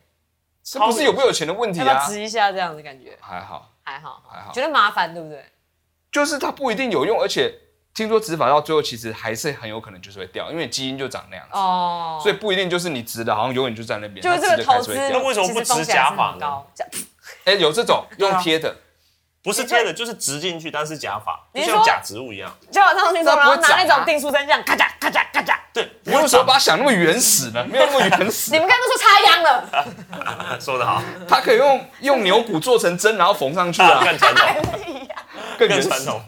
Speaker 1: 这不是有没有钱的问题
Speaker 2: 要不要
Speaker 1: 啊，
Speaker 2: 植一下这样的感觉？
Speaker 1: 还好，
Speaker 2: 还好，
Speaker 1: 还好
Speaker 2: 觉得麻烦对不对？
Speaker 1: 就是它不一定有用，而且听说植发到最后其实还是很有可能就是会掉，因为基因就长那样子，
Speaker 2: 哦，
Speaker 1: 所以不一定就是你植的，好像永远就在那边，
Speaker 2: 就
Speaker 1: 它
Speaker 2: 是这
Speaker 1: 植
Speaker 2: 个
Speaker 1: 的
Speaker 2: 投
Speaker 1: 开
Speaker 2: 资，
Speaker 1: 始会掉
Speaker 3: 那为什么不植假发呢
Speaker 2: 呢？
Speaker 1: 哎，有这种
Speaker 3: 对啊
Speaker 1: 用贴的，
Speaker 3: 不是贴的，就是植进去，但是假发，
Speaker 2: 你
Speaker 3: 就
Speaker 2: 是
Speaker 3: 像
Speaker 2: 说
Speaker 3: 假植物一样。
Speaker 2: 就往上去
Speaker 1: 那
Speaker 2: 说，
Speaker 1: 不
Speaker 2: 然
Speaker 1: 会
Speaker 2: 后拿那
Speaker 1: 长啊
Speaker 2: 种订书针这样咔嚓咔嚓咔嚓。
Speaker 3: 对，不
Speaker 1: 为什
Speaker 3: 会
Speaker 1: 么
Speaker 3: 长
Speaker 1: 把它想那么原始 呢？没有那么原始
Speaker 2: 你，们刚刚都说插秧了，
Speaker 3: 说的好，啊
Speaker 1: 它可以用用牛骨做成针，然后缝上去啊，
Speaker 3: 更 传统，
Speaker 2: 还是一样。
Speaker 1: 更
Speaker 3: 更
Speaker 1: 原始
Speaker 3: 传。统。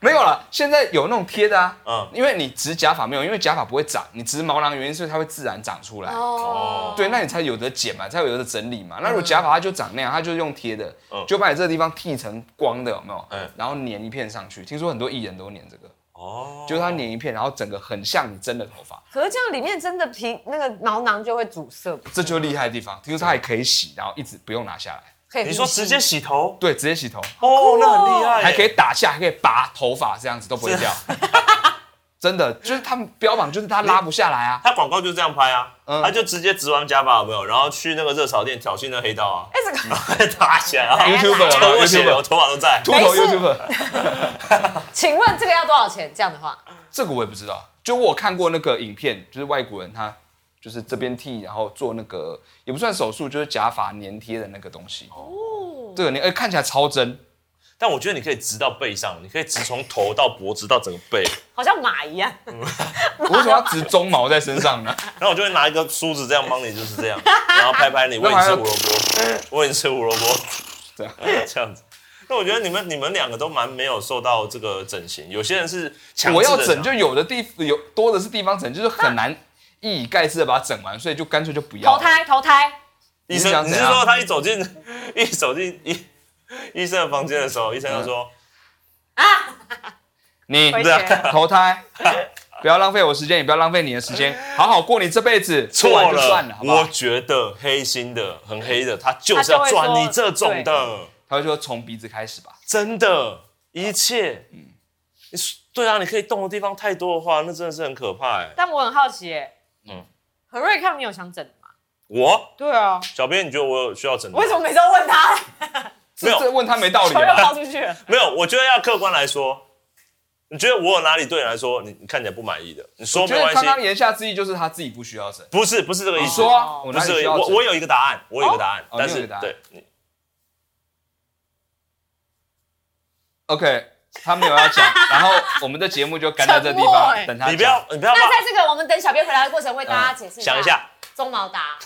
Speaker 1: 没有了，现在有那种贴的啊，
Speaker 3: 嗯
Speaker 1: 因为你植假发没有，因为假发不会长，你植毛囊的原因是它会自然长出来。
Speaker 2: 哦，嗯
Speaker 1: 对，那你才有的剪嘛，才有的整理嘛。那如果假发它就长那样，它就用贴的
Speaker 3: 嗯，
Speaker 1: 就把你这个地方剃成光的，有没有
Speaker 3: 嗯？
Speaker 1: 然后粘一片上去。听说很多艺人都粘这个，
Speaker 3: 哦，
Speaker 1: 就是它粘一片，然后整个很像你真的头发，
Speaker 2: 可是这样里面真的皮那个毛囊就会阻塞，
Speaker 1: 这就是厉害的地方。听说它还可以洗，然后一直不用拿下来，
Speaker 2: 可以呼吸。
Speaker 3: 你说直接洗头，
Speaker 1: 对，直接洗头，
Speaker 3: 哦，那很厉害耶，
Speaker 1: 还可以打下，还可以拔头发，这样子都不会掉。啊 真的，就是他们标榜就是它拉不下来啊。
Speaker 3: 他广告就这样拍啊，
Speaker 1: 嗯
Speaker 3: 他就直接植完假发有没有，然后去那个热炒店挑衅那黑 道啊，
Speaker 2: 哎，这个
Speaker 3: 打起来啊，
Speaker 2: 哎
Speaker 1: YouTuber
Speaker 3: 全部
Speaker 1: 嘛
Speaker 3: 血
Speaker 1: ，YouTuber，
Speaker 3: 流，头发都在。
Speaker 1: 秃头
Speaker 2: 没事
Speaker 1: YouTuber。
Speaker 2: 请问这个要多少钱？这样的话，
Speaker 1: 这个我也不知道，就我有看过那个影片，就是外国人他就是这边剃，然后做那个也不算手术，就是假发粘贴的那个东西。哦，这个你哎、看起来超真，
Speaker 3: 但我觉得你可以直到背上，你可以直从头到脖子到整个背，
Speaker 2: 好像马一样，
Speaker 1: 我为什么要植鬃毛在身上 呢？
Speaker 3: 然后我就会拿一个梳子这样帮你，就是这样，然后拍拍你，喂你吃胡萝卜，喂你吃胡 萝卜，
Speaker 1: 这样
Speaker 3: 这样子。那我觉得你们你们两个都蛮没有受到这个整形，有些人是强制
Speaker 1: 我要
Speaker 3: 的
Speaker 1: 整就有的地有多的是地方整，就是很难一以盖之的把它整完，所以就干脆就不要
Speaker 2: 投
Speaker 1: 了。
Speaker 2: 胎投胎，
Speaker 3: 医
Speaker 1: 你是
Speaker 3: 生，
Speaker 1: 想
Speaker 3: 你
Speaker 1: 怎
Speaker 3: 是
Speaker 1: 样
Speaker 3: 说他一走进一走进医医生的房间的时候，医生
Speaker 1: 嗯
Speaker 3: 就说
Speaker 1: 你
Speaker 2: 回
Speaker 3: 这
Speaker 2: 血
Speaker 3: 样
Speaker 1: 投胎，不要浪费我时间，也不要浪费你的时间，好好过你这辈子。过
Speaker 3: 错
Speaker 1: 完就算
Speaker 3: 了
Speaker 1: 了，，好不
Speaker 3: 我
Speaker 1: 好？
Speaker 3: 觉得黑心的很黑的，他就是要赚你这种
Speaker 2: 他就
Speaker 3: 的，
Speaker 1: 他会说从鼻子开始吧。
Speaker 3: 真的，一切，嗯，对啊，你可以动的地方太多的话，那真的是很可怕哎。
Speaker 2: 但我很好奇，嗯
Speaker 3: 嗯，
Speaker 2: 何瑞康，你有想整的吗？
Speaker 3: 我
Speaker 2: 对啊，
Speaker 3: 小编，你觉得我有需要整的吗？
Speaker 2: 为什么每次都问他？
Speaker 1: 这
Speaker 3: 没有
Speaker 1: 这问他没道 理啊
Speaker 2: 球又
Speaker 1: 吧？
Speaker 2: 抛出去了，
Speaker 3: 没有，我觉得要客观来说，你觉得我有哪里对你来说你你看起来不满意的？你说
Speaker 1: 我觉
Speaker 3: 没
Speaker 1: 得
Speaker 3: 关
Speaker 1: 刚
Speaker 3: 系，
Speaker 1: 刚言下之意就是他自己不需要整。
Speaker 3: 不是不是这个意
Speaker 1: 你
Speaker 3: 思，
Speaker 1: 说啊，我
Speaker 3: 不
Speaker 1: 哪
Speaker 3: 是
Speaker 1: 里需
Speaker 3: 这个意思，
Speaker 1: 要
Speaker 3: 我
Speaker 1: 整
Speaker 3: 我有一个答案，我有一个答案，
Speaker 1: 哦
Speaker 3: 但
Speaker 1: 你有一个
Speaker 3: 是
Speaker 1: 答案
Speaker 3: 对，你
Speaker 1: OK，他没有要 讲，然后我们的节目就干到这地
Speaker 2: 沉默
Speaker 1: 方
Speaker 2: 欸，
Speaker 1: 等他
Speaker 3: 你不要你不要
Speaker 2: 那
Speaker 3: 把
Speaker 2: 在这个我们等小编回来的过程，为大家解释
Speaker 3: 想 一下，
Speaker 2: 鬃毛达，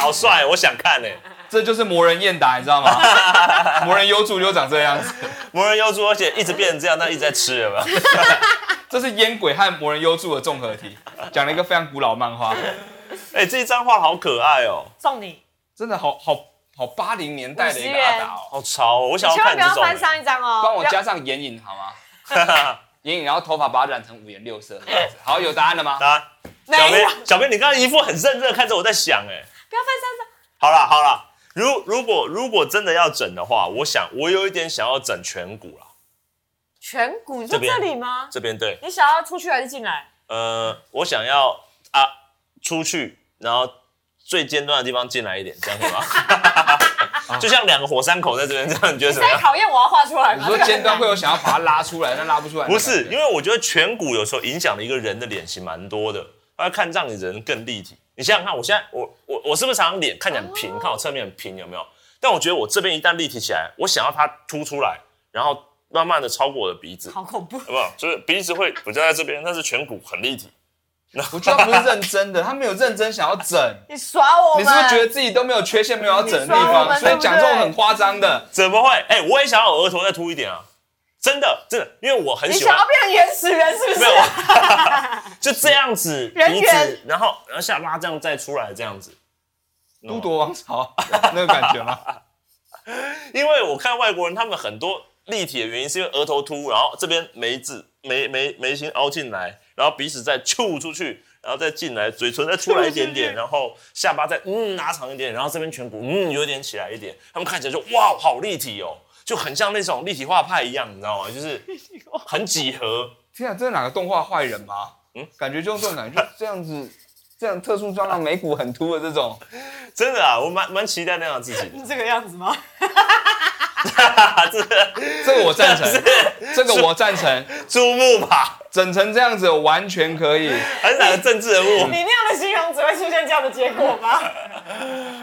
Speaker 3: 好帅，我想看呢。
Speaker 1: 讲，这就是魔人燕达，你知道吗？ 魔人优助就长这样子，
Speaker 3: 魔人优助，而且一直变成这样，但一直在吃，有没有？
Speaker 1: 这是烟鬼和魔人优助的综合体，讲了一个非常古老漫画，
Speaker 3: 哎、这一张画好可爱哦、
Speaker 2: 送你，
Speaker 1: 真的好好好八零年代的一个阿达哦，
Speaker 3: 好潮、哦，我
Speaker 2: 你
Speaker 3: 想要
Speaker 2: 千万
Speaker 3: 看
Speaker 2: 不
Speaker 3: 你这
Speaker 2: 要
Speaker 3: 种
Speaker 2: 翻
Speaker 3: 的。
Speaker 2: 上一张哦，
Speaker 1: 帮我
Speaker 2: 不要
Speaker 1: 加上眼影好吗？ 眼影，然后头发把它染成五颜六色这样子。好，有答案了 吗？
Speaker 3: 啊，小
Speaker 2: 没有，
Speaker 3: 编，小编，你刚刚一副很认真的看着我在想、哎，
Speaker 2: 不要翻三张，
Speaker 3: 好啦好啦，如如果如果真的要整的话，我想我有一点想要整颧骨啦，
Speaker 2: 颧骨，你说
Speaker 3: 这边
Speaker 2: 这里吗？
Speaker 3: 这边对，
Speaker 2: 你想要出去还是进来？
Speaker 3: 呃，我想要啊出去，然后最尖端的地方进来一点，这样可以吗？ 就像两个火山口在这边，这样你觉得
Speaker 2: 你
Speaker 3: 怎么
Speaker 2: 在
Speaker 3: 样？
Speaker 2: 考验我要画出来
Speaker 1: 啊你
Speaker 2: 吗？
Speaker 1: 说
Speaker 2: 这个很
Speaker 1: 尖端
Speaker 2: 难
Speaker 1: 会有想要把它拉出来，但拉不出来的
Speaker 3: 不
Speaker 1: 感觉。
Speaker 3: 是，因为我觉得颧骨有时候影响了一个人的脸型蛮多的，它看让你人更立体。你想想看，我现在我我我是不是常常脸看起来很平，看我侧面很平，有没有？但我觉得我这边一旦立体起来，我想要它凸出来，然后慢慢的超过我的鼻 子，
Speaker 2: 好恐怖，
Speaker 3: 有没有？就是鼻子会比较在这边，但是颧骨很立体。
Speaker 1: 我觉得他不是认真的，他没有认真想要整。
Speaker 2: 你耍 我
Speaker 1: 你
Speaker 2: 们？
Speaker 1: 是不是觉得自己都没有缺陷，没有要整的地
Speaker 2: 你说我
Speaker 1: 方，
Speaker 2: 们
Speaker 1: 所以讲这种
Speaker 2: 对不对
Speaker 1: 很夸张的？
Speaker 3: 怎么会？哎、我也想要我额头再凸一点啊！真的，真的，因为我很
Speaker 2: 你
Speaker 3: 喜
Speaker 2: 想
Speaker 3: 欢
Speaker 2: 要。变成原始人是不
Speaker 3: 没
Speaker 2: 是
Speaker 3: 有？， 就这样子，
Speaker 2: 人
Speaker 3: 鼻
Speaker 2: 猿
Speaker 3: 子，然后然后下巴这样再出来，这样子。嗯
Speaker 1: 都铎王朝那个感觉 吗？
Speaker 3: 因为我看外国人，他们很多立体的原因是因为额头凸，然后这边眉子眉眉眉心凹进来，然后鼻子再翘出去，然后再进来，嘴唇再出来一点点，然后下巴再嗯拉长一点，然后这边颧骨嗯有点起来一点，他们看起来就哇好立体哦，就很像那种立体画派一样，你知道吗？就是很几何。
Speaker 1: 天啊，这是哪个动画坏人吗？嗯，感觉就是这种感觉，就这样子，这样特殊装上眉骨很凸的这种，
Speaker 3: 真的啊，我蛮蛮期待那样的自己的，
Speaker 2: 是这个样子吗？
Speaker 3: 啊
Speaker 1: 这个我赞成，这个我赞成，
Speaker 3: 珠穆吧，
Speaker 1: 整成这样子完全可以，
Speaker 3: 还是哪个政治人
Speaker 1: 嗯
Speaker 3: 物？
Speaker 2: 你那样的形容只会出现这样的结果 吗？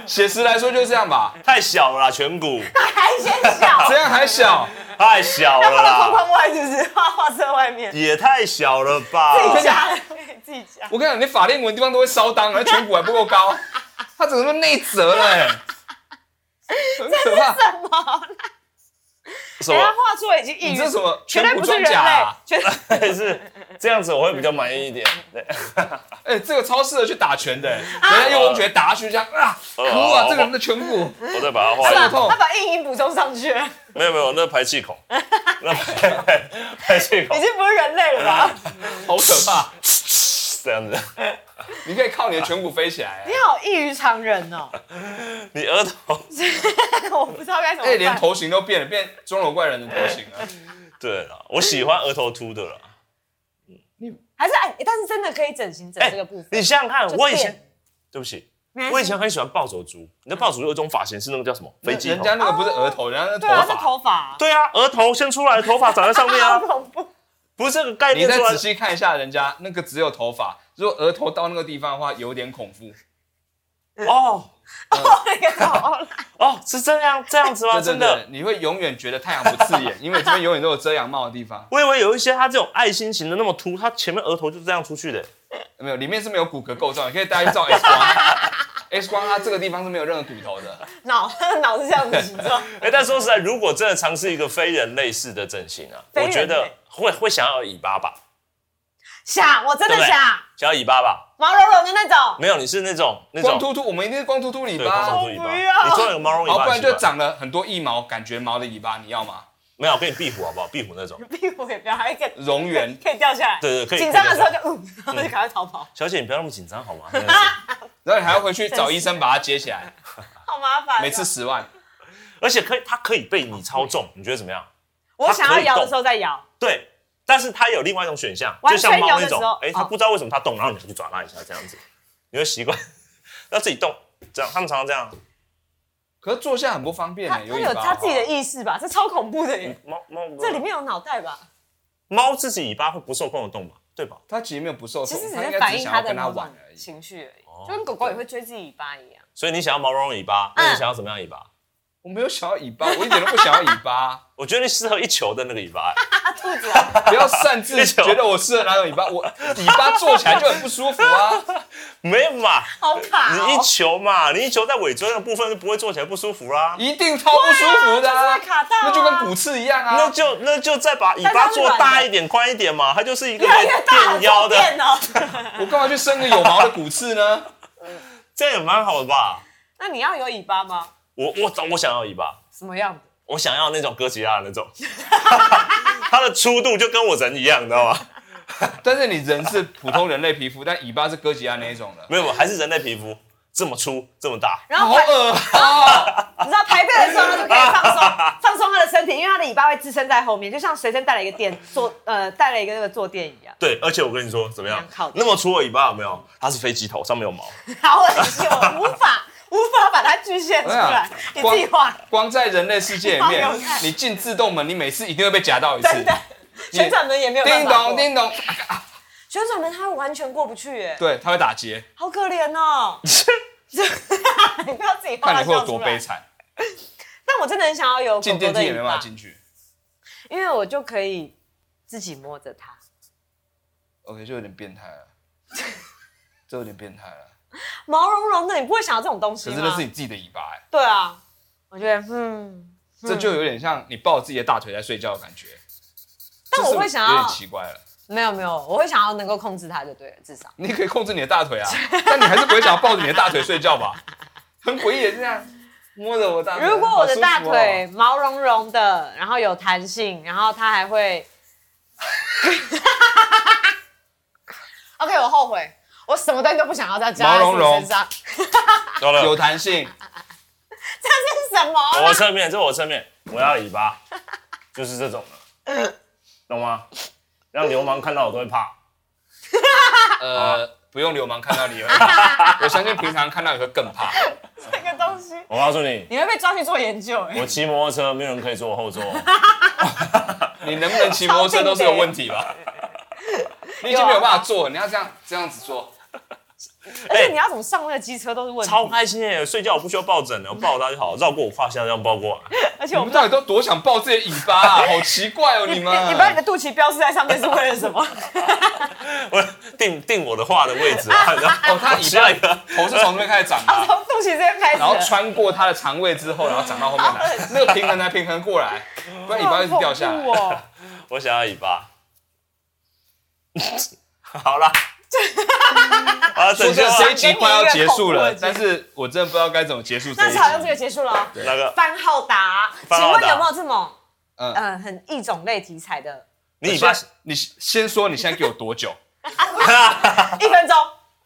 Speaker 1: 写实来说就这样吧，
Speaker 3: 太小了啦颧骨。
Speaker 2: 还嫌小，
Speaker 1: 这样还小，
Speaker 3: 太小
Speaker 2: 他
Speaker 3: 了
Speaker 2: 放到框
Speaker 3: 啦，
Speaker 2: 框外是不是？画画册外面，
Speaker 3: 也太小了吧？
Speaker 2: 自己家的，自己家。
Speaker 1: 我跟你讲，你法令纹地方都会烧当，而颧骨还不够高， 他整个都内折了、欸，很可怕。
Speaker 3: 什
Speaker 2: 人家
Speaker 3: 么？
Speaker 2: 画出来已经抑
Speaker 1: 你
Speaker 2: 郁，
Speaker 1: 这什么
Speaker 2: 绝
Speaker 1: 颧
Speaker 2: 对
Speaker 1: 骨
Speaker 2: 不是
Speaker 1: 装
Speaker 2: 人类
Speaker 1: 甲、啊？，
Speaker 2: 绝对
Speaker 3: 是这样子，我会比较满意一点。对，
Speaker 1: 哎、这个超适合去打拳的、欸，
Speaker 2: 啊
Speaker 1: 人家用龙拳打下去这样啊，
Speaker 3: 哦
Speaker 1: 哭啊，这个人的颧骨
Speaker 3: 我再把它画
Speaker 1: 好
Speaker 3: 一
Speaker 1: 吧
Speaker 2: 他
Speaker 3: 个
Speaker 1: 头
Speaker 2: 把他把硬音补充上去了，已
Speaker 3: 没有没有，那排 气孔，那排排气孔
Speaker 2: 经不是人类了吧？
Speaker 1: 好可 怕，
Speaker 3: 这样子。
Speaker 1: 你可以靠你的颧骨飞起来、
Speaker 2: 你
Speaker 1: 欸，
Speaker 2: 好异于常人哦，
Speaker 3: 你额头
Speaker 2: 我不知道该怎
Speaker 1: 哎、
Speaker 2: 么
Speaker 1: 连
Speaker 2: 办。
Speaker 1: 头型都变了，变钟楼怪人的头型啊了。
Speaker 3: 对了，我喜欢额头秃的了。
Speaker 2: 还是哎，但是真的可以整形整这个部分
Speaker 3: 你。想想看，
Speaker 2: 就
Speaker 3: 哎我以前
Speaker 2: 变
Speaker 3: 对不起，
Speaker 2: 没关系
Speaker 3: 我以前很喜欢暴走族。你的暴走族有一种发型是那个叫什么飞机
Speaker 1: 人
Speaker 3: 头？
Speaker 1: 家那个不是额头，人家那
Speaker 2: 对
Speaker 1: 头
Speaker 2: 啊，是
Speaker 1: 发。
Speaker 2: 头发，
Speaker 3: 对啊，额头先出来，头发长在上面
Speaker 2: 好
Speaker 3: 啊，
Speaker 2: 恐怖。
Speaker 3: 不是这个概
Speaker 1: 哦你
Speaker 3: 念
Speaker 1: 再
Speaker 3: 出来
Speaker 1: 仔。细看一下，人家那个只有头发，如果额头到那个地方的话，有点恐怖。
Speaker 3: 哦
Speaker 2: 那个头啦，
Speaker 3: 哦，是这样这
Speaker 2: 啊
Speaker 3: 样子吗？
Speaker 1: 对
Speaker 3: 真
Speaker 1: 对
Speaker 3: 的
Speaker 1: 对，，你会永远觉得太阳不刺眼， 因为这边永远都有遮阳帽的地方，
Speaker 3: 我以为有一些他这种爱心型的那么秃，他前面额头就是这样出去的。
Speaker 1: 没有，里面是没有骨骼构造，你可以大家 去照 X 光。X 光它这个地方是没有任何骨头的，
Speaker 2: 脑脑是这样子形状，
Speaker 3: 哎、但说实在，如果真的尝试一个非人类似的整形啊，
Speaker 2: 非
Speaker 3: 我
Speaker 2: 人类
Speaker 3: 觉得会会想要尾巴吧，
Speaker 2: 想我真
Speaker 3: 对不
Speaker 2: 的
Speaker 3: 对
Speaker 2: 想
Speaker 3: 想要尾巴吧？
Speaker 2: 毛茸茸的那种，
Speaker 3: 没有，你是那种那
Speaker 1: 光
Speaker 3: 种
Speaker 1: 秃秃，我们一定是光秃秃尾
Speaker 3: 对光头
Speaker 1: 巴，
Speaker 3: 秃尾
Speaker 2: 我
Speaker 3: 巴，
Speaker 2: 不要
Speaker 3: 你做那个毛绒尾
Speaker 1: 好，
Speaker 3: 巴，
Speaker 1: 不然就
Speaker 3: 长
Speaker 1: 长了很多一毛，感觉毛的尾巴，你要吗？
Speaker 3: 没有，我给你壁虎好不好？壁虎那种。
Speaker 2: 屁股也不要，还有一个
Speaker 1: 蝾 螈，
Speaker 2: 可以掉下来。
Speaker 3: 对对可以
Speaker 2: 紧张的时候就嗯，然后就赶快逃跑，
Speaker 3: 小姐，你不要那么紧张好吗？
Speaker 1: 然后你还要回去找医生把它接起来，
Speaker 2: 好麻烦哦。
Speaker 1: 每次十万。
Speaker 3: 而且可以，它可以被你操纵，你觉得怎么样？
Speaker 2: 我想要摇的时候再摇，
Speaker 3: 对，但是它有另外一种选项，
Speaker 2: 完
Speaker 3: 就
Speaker 2: 全
Speaker 3: 像猫那
Speaker 2: 有的
Speaker 3: 种
Speaker 2: 时候，
Speaker 3: 哎、它
Speaker 2: 哦
Speaker 3: 不知道为什么它动，然后你就去抓它一下，这样子，你会习惯 要自己动，这样他们常常这样。
Speaker 1: 可是坐下很不方便
Speaker 2: 他
Speaker 1: 欸，
Speaker 2: 他
Speaker 1: 尾
Speaker 2: 有
Speaker 1: 巴。
Speaker 2: 他自己的意识吧？这超恐怖的耶！
Speaker 3: 猫猫
Speaker 2: 这里面有脑袋吧？
Speaker 3: 猫自己尾巴会不受控的动吧？对吧？
Speaker 1: 它其实没有不受
Speaker 2: 其
Speaker 1: 宠
Speaker 2: 实，只
Speaker 1: 它应该只
Speaker 2: 是反
Speaker 1: 是
Speaker 2: 映
Speaker 1: 想要
Speaker 2: 的
Speaker 1: 跟它
Speaker 2: 某
Speaker 1: 玩
Speaker 2: 种
Speaker 1: 而已。哦
Speaker 2: 情绪而已，就跟狗狗也会追自己尾巴一样。
Speaker 3: 所以你想要毛茸茸尾巴，那你
Speaker 2: 嗯
Speaker 3: 想要怎么样尾巴？
Speaker 1: 我没有想要尾巴，我一点都不想要尾巴。
Speaker 3: 我觉得你适合一球的那个尾巴，
Speaker 2: 兔子啊，
Speaker 1: 不要擅自觉得我适合哪种尾巴，我尾巴坐起来就很不舒服 啊。
Speaker 3: 没有嘛？
Speaker 2: 好卡
Speaker 3: 你一
Speaker 2: 哦，
Speaker 3: 球嘛，你一球在尾椎的部分就不会坐起来不舒服啊啦。
Speaker 1: 一定超不舒服的、
Speaker 2: 对啊就是会卡到啊
Speaker 1: 那就跟骨刺一样啊。
Speaker 3: 那就那就再把尾巴做大一点、宽一点嘛，它就是一个
Speaker 2: 越来越大，
Speaker 3: 垫腰的，
Speaker 2: 变哦。
Speaker 1: 我干嘛去生个有毛的骨刺呢？
Speaker 3: 这样也蛮好的吧？
Speaker 2: 那你要有尾巴吗？
Speaker 3: 我我我想要尾巴，
Speaker 2: 什么样子？
Speaker 3: 我想要那种哥吉拉的 那种，它的粗度就跟我人一样，你知道吗？
Speaker 1: 但是你人是普通人类皮肤，但尾巴是哥吉拉那一 种的，
Speaker 3: 没有，没有还是人类皮肤这么粗这么大，
Speaker 2: 然
Speaker 1: 好
Speaker 2: 后排，
Speaker 1: 恶啊！
Speaker 2: 你知道排便的时候呢，就可以放松放松他的身体，因为他的尾巴会支撑在后面，就像随身带了一个垫坐呃带了一个那个坐垫一样，
Speaker 3: 对，而且我跟你说怎么样
Speaker 2: 蛮靠？的
Speaker 3: 那么粗的尾巴有没有？它是飞机头，上面 有毛。
Speaker 2: 好恶心，我无法无法把它局限出来，你自己画，
Speaker 1: 光在人类世界里面
Speaker 2: 好有爱，
Speaker 1: 你进自动门，你每次一定会被夹到一次。
Speaker 2: 真的。旋转门也没有办
Speaker 1: 叮
Speaker 2: 法过
Speaker 1: 咚，叮咚，
Speaker 2: 旋转门它会完全过不去耶，
Speaker 1: 对，它会打结，
Speaker 2: 好可 怜哦。你不要自己画
Speaker 1: 看
Speaker 2: 它
Speaker 1: 你会有
Speaker 2: 笑
Speaker 1: 多
Speaker 2: 出
Speaker 1: 悲
Speaker 2: 来。
Speaker 1: 惨。
Speaker 2: 但我真的很想要有狗
Speaker 1: 进
Speaker 2: 狗
Speaker 1: 电
Speaker 2: 的
Speaker 1: 梯也没
Speaker 2: 尾
Speaker 1: 办法
Speaker 2: 巴，
Speaker 1: 进去。
Speaker 2: 因为我就可以自己摸着它。
Speaker 1: OK，就有点变态 了，这有点变态了。
Speaker 2: 毛茸茸的，你不会想要这种东西
Speaker 1: 可
Speaker 2: 吗？
Speaker 1: 是那是你自己的尾巴、欸，
Speaker 2: 对啊，我觉得嗯，
Speaker 1: 这就有点像你抱自己的大腿在睡觉的感觉。
Speaker 2: 但我会想要
Speaker 1: 这是有点奇怪了。
Speaker 2: 没有没有，我会想要能够控制它就对了，至少
Speaker 1: 你可以控制你的大腿啊，但你还是不会想要抱着你的大腿睡觉吧？ 很诡异，这样摸着我大腿。啊
Speaker 2: 如果我的大
Speaker 1: 好舒服
Speaker 2: 腿
Speaker 1: 哦
Speaker 2: 毛茸茸的，然后有弹性，然后它还 会 ，OK，我后悔，我什么东西都不想要再加在
Speaker 1: 毛
Speaker 2: 自
Speaker 1: 茸茸
Speaker 2: 己身上，
Speaker 3: 好了，
Speaker 1: 有弹性，
Speaker 2: 这是什么
Speaker 3: 我
Speaker 2: 啦？
Speaker 3: 侧面，这我侧面，我要尾 巴，就是这种的，懂吗？让流氓看到我都会怕。
Speaker 1: 呃，不用流氓看到你了， 我相信平常看到你会更怕。
Speaker 2: 这个东西，
Speaker 3: 我告诉你，
Speaker 2: 你会被抓去做研究哎、
Speaker 3: 我骑摩托车没有人可以坐 我后座，
Speaker 1: 你能不能骑摩托车都
Speaker 2: 啊
Speaker 1: 是有问题吧？你已经没有办法坐了，你要这样这样子坐，
Speaker 2: 而且你要怎么上那个机车都是问题。
Speaker 3: 超开心哎！睡觉我不需要抱枕了，我抱他就好，绕过我胯下这样抱过来。
Speaker 2: 而且
Speaker 1: 你
Speaker 2: 我
Speaker 1: 们
Speaker 2: 们
Speaker 1: 到底都多想抱自己的尾巴啊？好奇怪哦，你
Speaker 2: 你
Speaker 1: 们。
Speaker 2: 你把你的肚脐标示在上面是为了什 么？
Speaker 3: 我定定我的话的位置啊，然后
Speaker 1: 哦，它
Speaker 3: 我需要一
Speaker 1: 尾
Speaker 3: 个
Speaker 1: 巴头是从这边开始长
Speaker 2: 啊
Speaker 1: 的，
Speaker 2: 从肚脐这边开始
Speaker 1: 然后
Speaker 2: 的，
Speaker 1: 穿过它的肠胃之后，然后长到后面来，没有平衡才平衡过来，不然尾巴一直掉下
Speaker 2: 好
Speaker 1: 来
Speaker 2: 恐。怖哦。
Speaker 3: 我想要尾巴。 好 啦，啊，
Speaker 1: 说
Speaker 3: 拯救
Speaker 1: 真的，
Speaker 3: 啊
Speaker 1: 这一集快要结束了，
Speaker 2: 给你一个恐怖的结局
Speaker 1: 但是我真的不知道该怎么结束这
Speaker 2: 那
Speaker 1: 一
Speaker 2: 好像这
Speaker 1: 集。
Speaker 2: 个结束了哦。
Speaker 3: 那个
Speaker 2: 番号达，
Speaker 3: 番
Speaker 2: 请
Speaker 3: 号达
Speaker 2: 问有没有这种
Speaker 1: 嗯
Speaker 2: 嗯很异种类题材的？
Speaker 3: 你尾巴
Speaker 1: 先你先说，你现在给我多久？
Speaker 2: 一分钟，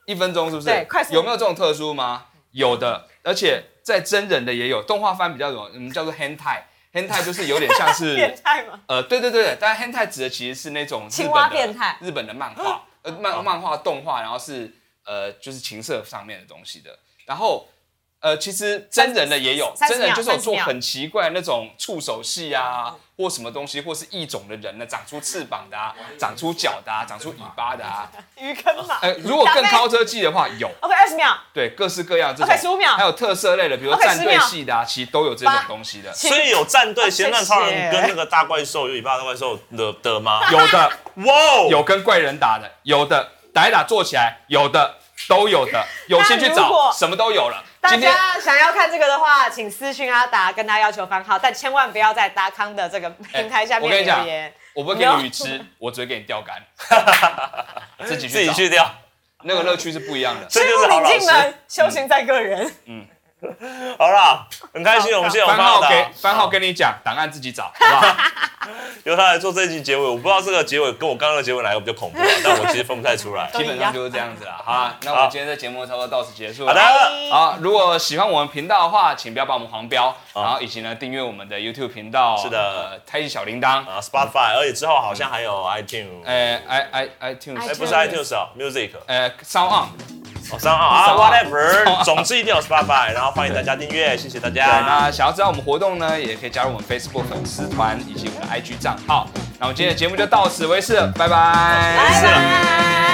Speaker 1: 一分钟是不是？
Speaker 2: 对快速
Speaker 1: 有没有这种特殊吗？有的，而且在真人的也有，动画番比较有，我们叫做 hentai。hentai 就是有点像是
Speaker 2: 变态吗？
Speaker 1: 呃，对对对对，但 hentai 指的其实是那种日本的
Speaker 2: 青蛙变态嗯哦
Speaker 1: 日本的漫画，呃，漫漫画动画，然后是呃，就是情色上面的东西的。然后呃，其实真人的也有，
Speaker 2: 三
Speaker 1: 真人就是有
Speaker 2: 三十
Speaker 1: 做
Speaker 2: 秒
Speaker 1: 很奇怪那种触手戏啊，或什么东西，或是异种的人呢，长出翅膀的啊，长出脚的啊，长出尾巴的啊。
Speaker 2: 鱼跟马。
Speaker 1: 呃，如果更高科技的话，有
Speaker 2: OK，二十秒，
Speaker 1: 对各式各样这种
Speaker 2: OK，15秒
Speaker 1: 还有特色类的，比如说
Speaker 2: OK，
Speaker 1: 战队
Speaker 2: 10秒
Speaker 1: 系的啊，其实都有这种东西的。
Speaker 3: 所以有战队咸蛋超
Speaker 2: 谢谢
Speaker 3: 人跟那个大怪兽有尾巴的大怪兽的 的吗？
Speaker 1: 有的
Speaker 3: 哇哦，
Speaker 1: 有跟怪人打的，有的打一打坐起来，有的都有 的，有兴趣
Speaker 2: 那如
Speaker 1: 找，
Speaker 2: 果
Speaker 1: 什么都有了。
Speaker 2: 大
Speaker 1: 今天
Speaker 2: 家想要看这个的话，请私讯阿达，跟他要求番号，但千万不要在达康的这个平台下
Speaker 1: 哎我跟
Speaker 2: 面
Speaker 1: 你讲
Speaker 2: 留言。
Speaker 1: 我不会给
Speaker 2: 没有
Speaker 1: 你鱼 吃，我只会给你钓 竿，自己
Speaker 3: 自
Speaker 1: 去
Speaker 3: 己
Speaker 1: 找，
Speaker 3: 去掉，
Speaker 1: 那个乐趣是不一样的。
Speaker 3: 这就是
Speaker 2: 入
Speaker 3: 好
Speaker 2: 你
Speaker 3: 老
Speaker 2: 进
Speaker 3: 师。
Speaker 2: 门，修行在个人。
Speaker 3: 好啦，很开心，我们现在有
Speaker 1: 番
Speaker 3: 报
Speaker 1: 号
Speaker 3: 的
Speaker 1: 给
Speaker 3: 啊，
Speaker 1: 番号跟你讲，档案自己找，好不 好？
Speaker 3: 由他来做这一集结尾。我不知道这个结尾跟我刚刚的结尾哪个比较恐 怖啊，但我其实分不太出来。
Speaker 1: 基本上就是这样子了。好啊，那我
Speaker 3: 好
Speaker 1: 们今天这节目差不多到此结束了。
Speaker 3: 好的
Speaker 1: 好，如果喜欢我们频道的话，请不要把我们黄标，
Speaker 3: 啊
Speaker 1: 然后以及呢订阅我们的 YouTube 频道，
Speaker 3: 是的
Speaker 1: 呃，开启小铃铛，
Speaker 3: 啊，Spotify，而且之后好像还有 iTunes，哎、
Speaker 1: 嗯哎，i i iTunes，
Speaker 2: 哎
Speaker 3: 不是
Speaker 2: iTunes
Speaker 3: iTunes 啊，Music，
Speaker 1: 呃，Sound On，
Speaker 3: 哦，三号啊，whatever，总之一定有 Spotify，然后欢迎大家订阅，谢谢大
Speaker 1: 对，
Speaker 3: 家，
Speaker 1: 那想要知道我们活动呢，也可以加入我们 Facebook 粉丝团以及我们的 IG 账号。那我们今天的节目就到此为止了，拜拜
Speaker 2: 拜
Speaker 3: 拜
Speaker 2: 拜。啊